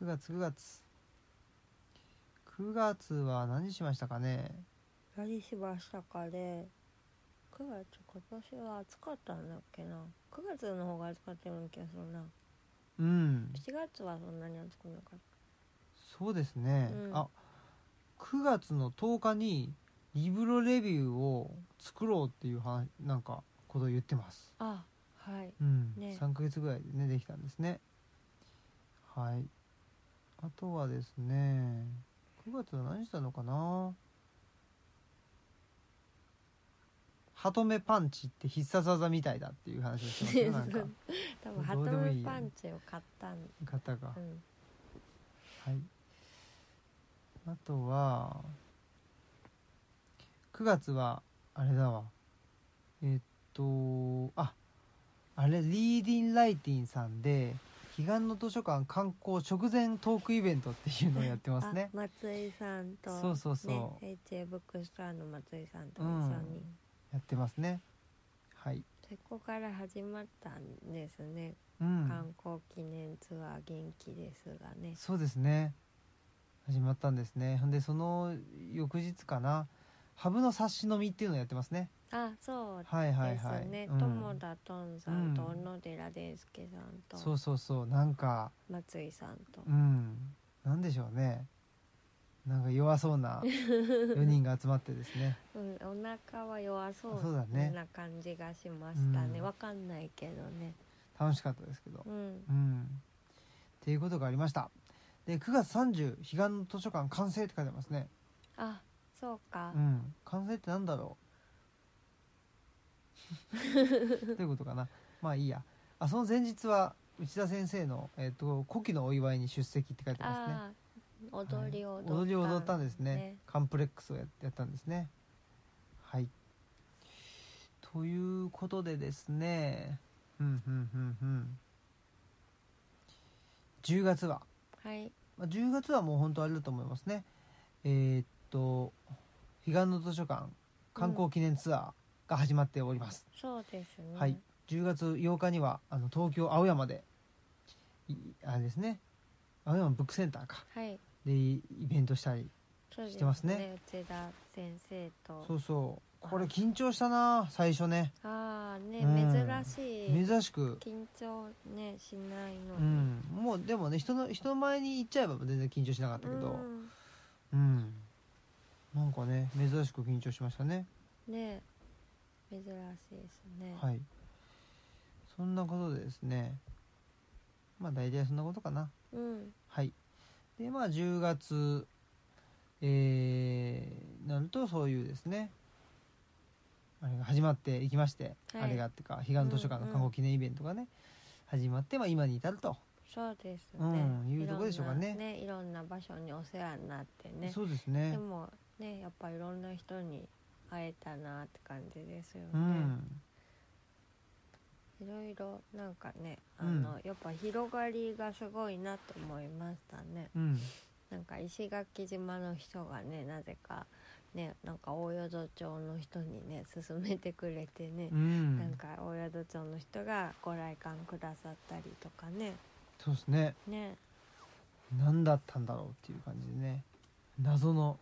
[SPEAKER 1] 9月、9月。9月は何しましたかね。
[SPEAKER 2] 何しましたかで9月今年は暑かったんだっけな9月の方が暑かったような気がするな
[SPEAKER 1] うん。
[SPEAKER 2] 7月はそんなに暑くなかっ
[SPEAKER 1] そうですね。
[SPEAKER 2] うん
[SPEAKER 1] あ、9月の10日にリブロレビューを作ろうっていう話、なんか、ことを言ってます。
[SPEAKER 2] たあはい
[SPEAKER 1] うん、
[SPEAKER 2] ね
[SPEAKER 1] 3ヶ月ぐらいでねできたんですねはいあとはですね9月は何したのかなハトメパンチって必殺技みたいだっていう話をしてますねなんか
[SPEAKER 2] 多分ハ
[SPEAKER 1] どう
[SPEAKER 2] ト
[SPEAKER 1] でもいい
[SPEAKER 2] ム
[SPEAKER 1] よ
[SPEAKER 2] パンチを買ったん
[SPEAKER 1] 方が
[SPEAKER 2] うん
[SPEAKER 1] はいあとは9月はあれだわえっとああれリーディンライティンさんで彼岸の図書館観光直前トークイベントっていうのをやってますね
[SPEAKER 2] あ松井さんと
[SPEAKER 1] そうそうそう
[SPEAKER 2] ね、HA ブックストアの松井さんと一緒
[SPEAKER 1] う
[SPEAKER 2] に、
[SPEAKER 1] んやってますねはい
[SPEAKER 2] そこから始まったんですね、
[SPEAKER 1] うん
[SPEAKER 2] 観光記念ツアー元気ですがね
[SPEAKER 1] そうですね始まったんですねほんでその翌日かなハブの冊子飲みっていうのをやってますね
[SPEAKER 2] あそうで
[SPEAKER 1] はいはいはい
[SPEAKER 2] すね
[SPEAKER 1] うん
[SPEAKER 2] 友田とんさんと
[SPEAKER 1] う
[SPEAKER 2] 小
[SPEAKER 1] ん
[SPEAKER 2] 野寺伝介さん
[SPEAKER 1] そ
[SPEAKER 2] と
[SPEAKER 1] うそうそうなんか
[SPEAKER 2] 松井さんと
[SPEAKER 1] うん、なんでしょうねなんか弱そうな4人が集まってですね
[SPEAKER 2] うんお腹は弱そ
[SPEAKER 1] そうだね
[SPEAKER 2] うな感じがしましたね
[SPEAKER 1] うん
[SPEAKER 2] わ、かんないけどね
[SPEAKER 1] 楽しかったですけど
[SPEAKER 2] うん
[SPEAKER 1] うんっていうことがありましたで9月30彼岸の図書館完成って書いてますね
[SPEAKER 2] あそうか
[SPEAKER 1] う、ん完成ってなんだろうどういうことかなまあいいやあその前日は内田先生の、えっと古希のお祝いに出席って書いてますね
[SPEAKER 2] ああ踊りを
[SPEAKER 1] はい
[SPEAKER 2] 踊った,、
[SPEAKER 1] 踊りを踊ったんですねカンプレックスをややったんですねはいということでですねうんうんうんうん10月は、
[SPEAKER 2] はい
[SPEAKER 1] まあ、10月はもう本当あれだと思いますねえーっと彼岸の図書館観光記念ツアーが始まっております、
[SPEAKER 2] そうですね
[SPEAKER 1] はい10月8日にはあの東京青山でいあれですね青山ブックセンターか
[SPEAKER 2] はい
[SPEAKER 1] でイベントしたり
[SPEAKER 2] そうです
[SPEAKER 1] してますね
[SPEAKER 2] 内田先生と
[SPEAKER 1] そうそうこれ緊張したな最初ね
[SPEAKER 2] ああね、
[SPEAKER 1] うん
[SPEAKER 2] 珍しい
[SPEAKER 1] 珍しく
[SPEAKER 2] 緊張ねしないの
[SPEAKER 1] う、んもうでもね人の人前に行っちゃえば全然緊張しなかったけど
[SPEAKER 2] うん
[SPEAKER 1] うんなんかね珍しく緊張しましたね
[SPEAKER 2] ね珍しいですね、
[SPEAKER 1] はいそんなことでですねまあ大体そんなことかな
[SPEAKER 2] うん
[SPEAKER 1] はいでまあ10月えー、なるとそういうですねあれが始まっていきまして、
[SPEAKER 2] はい
[SPEAKER 1] あれがっていうか彼岸図書館の観光記念イベントがね、始まって、まあ、今に至ると
[SPEAKER 2] そうですね、
[SPEAKER 1] うんいう
[SPEAKER 2] ろ
[SPEAKER 1] とこでしょうかね
[SPEAKER 2] んなねいろんな場所にお世話になってね
[SPEAKER 1] そうですね
[SPEAKER 2] でもねやっぱいろんな人に会えたなって感じですよね、
[SPEAKER 1] うん
[SPEAKER 2] いろいろなんかねあ
[SPEAKER 1] うん
[SPEAKER 2] の、やっぱ広がりがすごいなと思いましたね
[SPEAKER 1] うん
[SPEAKER 2] なんか石垣島の人がねなぜかねなんか大淀町の人にね勧めてくれてね
[SPEAKER 1] う、
[SPEAKER 2] なん
[SPEAKER 1] ん
[SPEAKER 2] か大淀町の人がご来館くださったりとかね
[SPEAKER 1] そうですね
[SPEAKER 2] ね
[SPEAKER 1] 何だったんだろうっていう感じでね謎の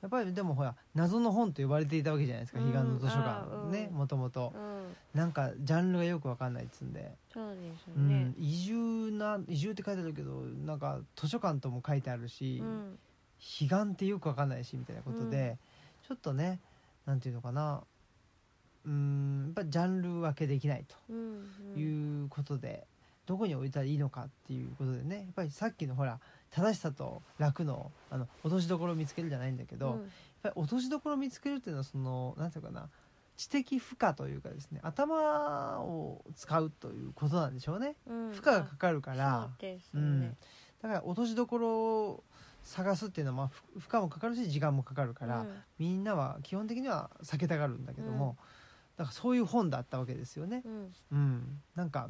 [SPEAKER 1] やっぱりでもほら謎の本と呼ばれていたわけじゃないですか
[SPEAKER 2] うん
[SPEAKER 1] 彼岸の図書
[SPEAKER 2] あーう
[SPEAKER 1] 館
[SPEAKER 2] ん
[SPEAKER 1] ねもともと
[SPEAKER 2] うん
[SPEAKER 1] なんかジャンルがよくわかんないっつうんで、
[SPEAKER 2] そうです
[SPEAKER 1] う
[SPEAKER 2] ね
[SPEAKER 1] ん、移住な移住って書いてあるけどなんか図書館とも書いてあるし、
[SPEAKER 2] うん
[SPEAKER 1] 彼岸ってよくわかんないしみたいなことで、ちょっとねなんていうのかなうんやっぱジャンル分けできないと
[SPEAKER 2] うんうん
[SPEAKER 1] いうことで、どこに置いたらいいのかっていうことでねやっぱりさっきのほら正しさと楽のあの落としどころを見つけるじゃないんだけど、やっぱり落としどころを見つけるっていうのはそのなんていうかな知的負荷というかですね頭を使うということなんでしょうね。
[SPEAKER 2] うん、うん、
[SPEAKER 1] 負荷がかかるから、
[SPEAKER 2] そうです
[SPEAKER 1] う
[SPEAKER 2] ね、
[SPEAKER 1] ん、だから落としどころを探すっていうのは、まあ、ふ負荷もかかるし時間もかかるから、
[SPEAKER 2] うん
[SPEAKER 1] みんなは基本的には避けたがるんだけども、だからそういう本だったわけですよね。
[SPEAKER 2] うん
[SPEAKER 1] うん、なんか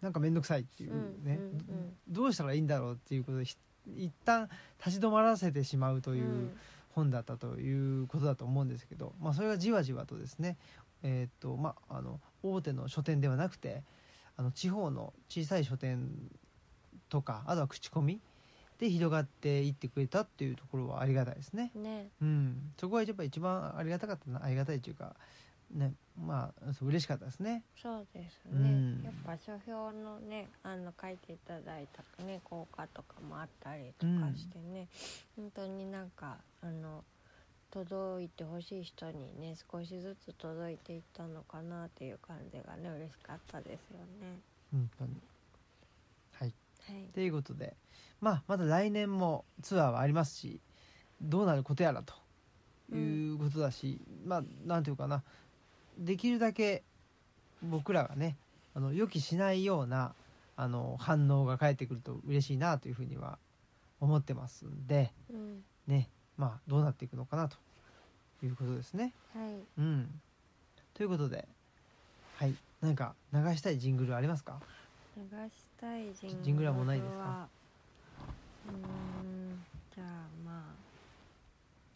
[SPEAKER 1] なんか面倒くさいっていうね、
[SPEAKER 2] うんうんうん
[SPEAKER 1] どうしたらいいんだろうっていうことでひ一旦立ち止まらせてしまうといううん本だったということだと思うんですけど、まあ、それがじわじわとですね、えーっとまあ、あの大手の書店ではなくてあの地方の小さい書店とかあとは口コミで広がっていってくれたっていうところはありがたいですね。
[SPEAKER 2] ね
[SPEAKER 1] うん、そこがやっぱ一番ありがたかったなありがたいというか、ねまあ、そう嬉しかったですね。
[SPEAKER 2] そうですね、
[SPEAKER 1] うん
[SPEAKER 2] やっぱ書評のねあの書いていただいた、ね、効果とかもあったりとかしてね、本当になんかあの届いてほしい人にね少しずつ届いていったのかなっていう感じがね嬉しかったですよね。
[SPEAKER 1] 本当にはい
[SPEAKER 2] はい、
[SPEAKER 1] ということで、まあ、まだ来年もツアーはありますしどうなることやらということだし、まあなんていうかなできるだけ僕らがねあの予期しないようなあの反応が返ってくると嬉しいなというふうには思ってますんで
[SPEAKER 2] うん
[SPEAKER 1] ねまあどうなっていくのかなということですね。
[SPEAKER 2] はい、
[SPEAKER 1] うん、ということではい何か流したいジングルありますか
[SPEAKER 2] 流したいジングル
[SPEAKER 1] ジングルはもうないですか
[SPEAKER 2] はうーんじゃあま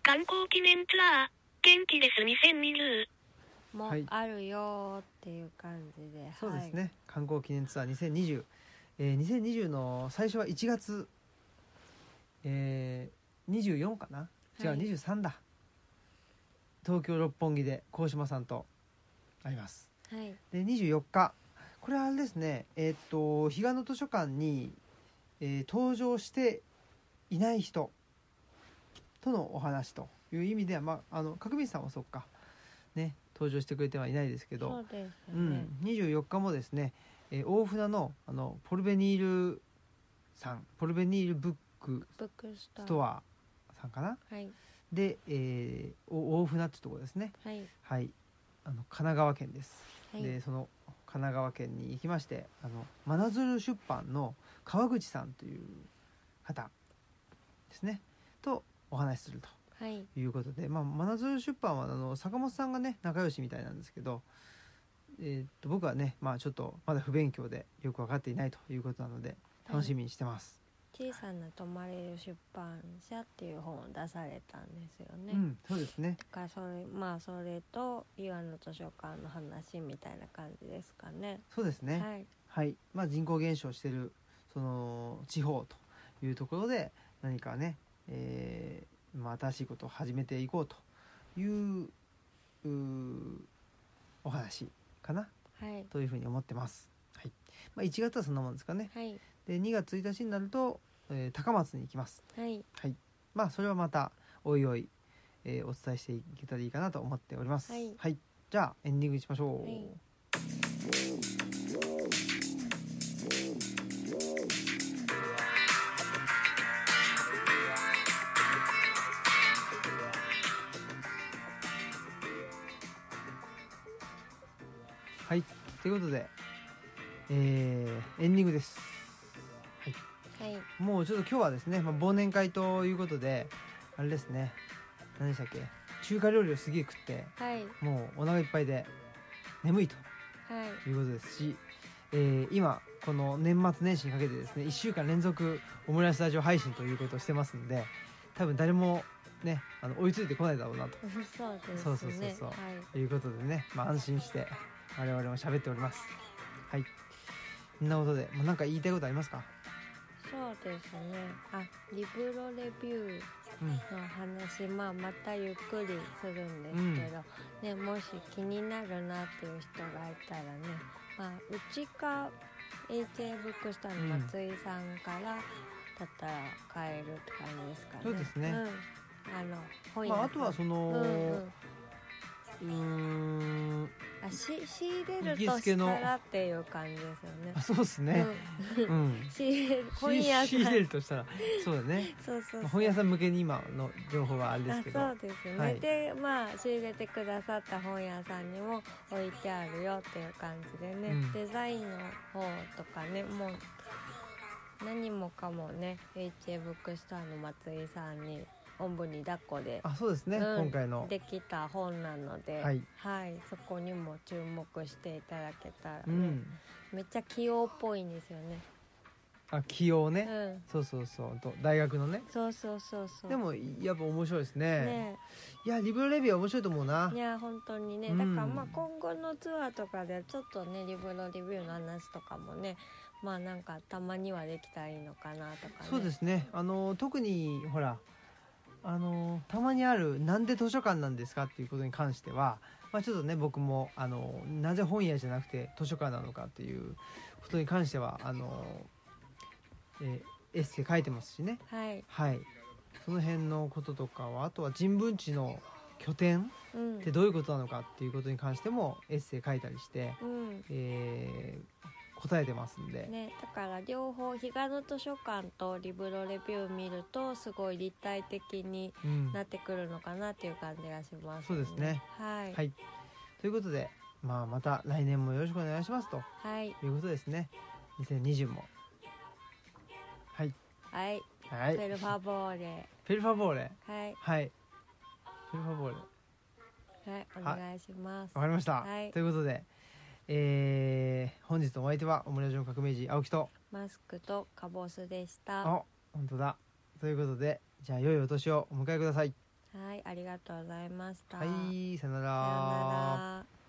[SPEAKER 3] 観光記念ツアー、元気です2020。
[SPEAKER 2] あも
[SPEAKER 1] はい
[SPEAKER 2] あるよーっていう感じで、
[SPEAKER 1] そうです
[SPEAKER 2] はい
[SPEAKER 1] ね、観光記念ツアー2020、えー、2020の最初は1月、えー、24かな違う、
[SPEAKER 2] はい
[SPEAKER 1] 23だ東京六本木で鴻島さんと会います
[SPEAKER 2] はい
[SPEAKER 1] で24日これはあれですねえーっと彼岸の図書館に、えー登場していない人とのお話という意味では、まあ、あの角道さんはそっかね登場してくれてはいないですけど
[SPEAKER 2] そうです
[SPEAKER 1] う
[SPEAKER 2] ね
[SPEAKER 1] ん、24日もですね、えー大船のあのポルベニールさんポルベニールブック
[SPEAKER 2] ブックス
[SPEAKER 1] ス
[SPEAKER 2] ト
[SPEAKER 1] トアさんかな
[SPEAKER 2] アはい
[SPEAKER 1] で、えーお大船ってとこですね
[SPEAKER 2] はい
[SPEAKER 1] はいあの神奈川県です、
[SPEAKER 2] はい
[SPEAKER 1] でその神奈川県に行きましてあの真鶴出版の川口さんという方ですねとお話しすると
[SPEAKER 2] はい
[SPEAKER 1] いうことで、まあ、真鶴出版はあの坂本さんがね仲良しみたいなんですけど、えーっと僕はね、まあ、ちょっとまだ不勉強でよく分かっていないということなので楽しみにしてます。
[SPEAKER 2] 小さな泊まれる出版社っていう本を出されたんですよね、
[SPEAKER 1] うん、そうですね
[SPEAKER 2] だからそれまあそれと岩の図書館の話みたいな感じですかね
[SPEAKER 1] そうですね、
[SPEAKER 2] はい
[SPEAKER 1] はいまあ、人口減少してるその地方というところで何かね、えーまあ、新しいことを始めていこうといううーお話かな
[SPEAKER 2] はい
[SPEAKER 1] というふうに思ってます。はいまあ、1月はそんなもんですかね。
[SPEAKER 2] はい
[SPEAKER 1] で2月1日になると、えー高松に行きます。
[SPEAKER 2] はい
[SPEAKER 1] はい、まあそれはまたおいおい、えーお伝えしていけたらいいかなと思っております。
[SPEAKER 2] はい
[SPEAKER 1] じゃあエンディングにしましょう。
[SPEAKER 2] はい
[SPEAKER 1] はい、ということで、えーエンディングです。
[SPEAKER 2] はい
[SPEAKER 1] もうちょっと今日はですね、まあ、忘年会ということで、あれですね、何でしたっけ、中華料理をすげえ食って、
[SPEAKER 2] はい <laughs>
[SPEAKER 1] もうお腹いっぱいで眠いと
[SPEAKER 2] はい
[SPEAKER 1] いうことですし、えー今、この年末年始にかけてですね、1週間連続オムライスラジオ配信ということをしてますんで、多分誰もね、あの追いついてこないだろうなと
[SPEAKER 2] そうですね
[SPEAKER 1] そうそうそうそう
[SPEAKER 2] はい
[SPEAKER 1] ということでね、まあ、安心して我々も喋っております。はい。そんなことで、まあ、なんか言いたいことありますか
[SPEAKER 2] そうですねあリブロレビュー
[SPEAKER 1] うん。
[SPEAKER 2] の話、まあ、またゆっくりするんですけど、ね、もし気になるなっていう人がいたらね、まあ、うちか HA ブックストアの松井さんからだったら買えるって感じですかね。
[SPEAKER 1] そうですね
[SPEAKER 2] んあの本屋
[SPEAKER 1] ま
[SPEAKER 2] さん
[SPEAKER 1] あ、あとはその、
[SPEAKER 2] うんうん、
[SPEAKER 1] うーん
[SPEAKER 2] あし仕入れる
[SPEAKER 1] 行
[SPEAKER 2] と
[SPEAKER 1] きつけ
[SPEAKER 2] し
[SPEAKER 1] の
[SPEAKER 2] たらっていう感じですよね
[SPEAKER 1] あ。そうっすねうん、
[SPEAKER 2] 仕入れる本屋さん
[SPEAKER 1] <laughs> 仕入れるとしたらそうだね
[SPEAKER 2] そうそうそう
[SPEAKER 1] 本屋さん向けに今の情報はあれですけど
[SPEAKER 2] あそうですね、
[SPEAKER 1] はい
[SPEAKER 2] でまあ仕入れてくださった本屋さんにも置いてあるよっていう感じでね、
[SPEAKER 1] うん
[SPEAKER 2] デザインの方とかねもう何もかもね HA ブックストアの松井さんにおんぶに抱っこで
[SPEAKER 1] あそうですね、
[SPEAKER 2] うん
[SPEAKER 1] 今回の
[SPEAKER 2] できた本なので、
[SPEAKER 1] はい
[SPEAKER 2] そこにも注目していただけたらね、
[SPEAKER 1] うん
[SPEAKER 2] めっちゃ器用っぽいんですよね。
[SPEAKER 1] あ起用ね、
[SPEAKER 2] うん
[SPEAKER 1] そうそうそうと大学のね
[SPEAKER 2] そうそうそうそう
[SPEAKER 1] でもやっぱ面白いですね
[SPEAKER 2] ね
[SPEAKER 1] いやリブロレビューは面白いと思うない
[SPEAKER 2] や本当にね
[SPEAKER 1] う
[SPEAKER 2] だ
[SPEAKER 1] ん
[SPEAKER 2] からまあ今後のツアーとかでちょっとねリブロリビューの話とかもねまあなんかたまにはできたらいいのかなとかね
[SPEAKER 1] そうですねあの特にほらあのたまにある「なんで図書館なんですか?」っていうことに関しては、まあ、ちょっとね僕もあのなぜ本屋じゃなくて図書館なのかっていうことに関してはあの、えーエッセイ書いてますしね
[SPEAKER 2] はい
[SPEAKER 1] はいその辺のこととかはあとは人文地の拠点
[SPEAKER 2] うん
[SPEAKER 1] ってどういうことなのかっていうことに関してもエッセイ書いたりして、
[SPEAKER 2] うん
[SPEAKER 1] えー答えてますんで、
[SPEAKER 2] ねだから両方彼岸の図書館とリブロレビュー見るとすごい立体的に
[SPEAKER 1] うん、
[SPEAKER 2] なってくるのかなっていう感じがします、
[SPEAKER 1] そうですね
[SPEAKER 2] はい
[SPEAKER 1] はい。ということで、まあ、また来年もよろしくお願いしますと
[SPEAKER 2] はい
[SPEAKER 1] いうことですね。2020も。はい。
[SPEAKER 2] はい
[SPEAKER 1] は
[SPEAKER 2] フェ
[SPEAKER 1] い。
[SPEAKER 2] ルファボーレ
[SPEAKER 1] ペルファボーレ。
[SPEAKER 2] はい
[SPEAKER 1] はい。ペルファボーレ。
[SPEAKER 2] はいお願いします
[SPEAKER 1] わかりました。
[SPEAKER 2] はい
[SPEAKER 1] ということで、えー、本日のお相手は、オムラジオ革命児、青木と、
[SPEAKER 2] マスクとカボスでした
[SPEAKER 1] あ、本当だ。ということで、じゃあ、良いお年をお迎えください。
[SPEAKER 2] はい、ありがとうございました。
[SPEAKER 1] はい、さよなら
[SPEAKER 2] さようなら。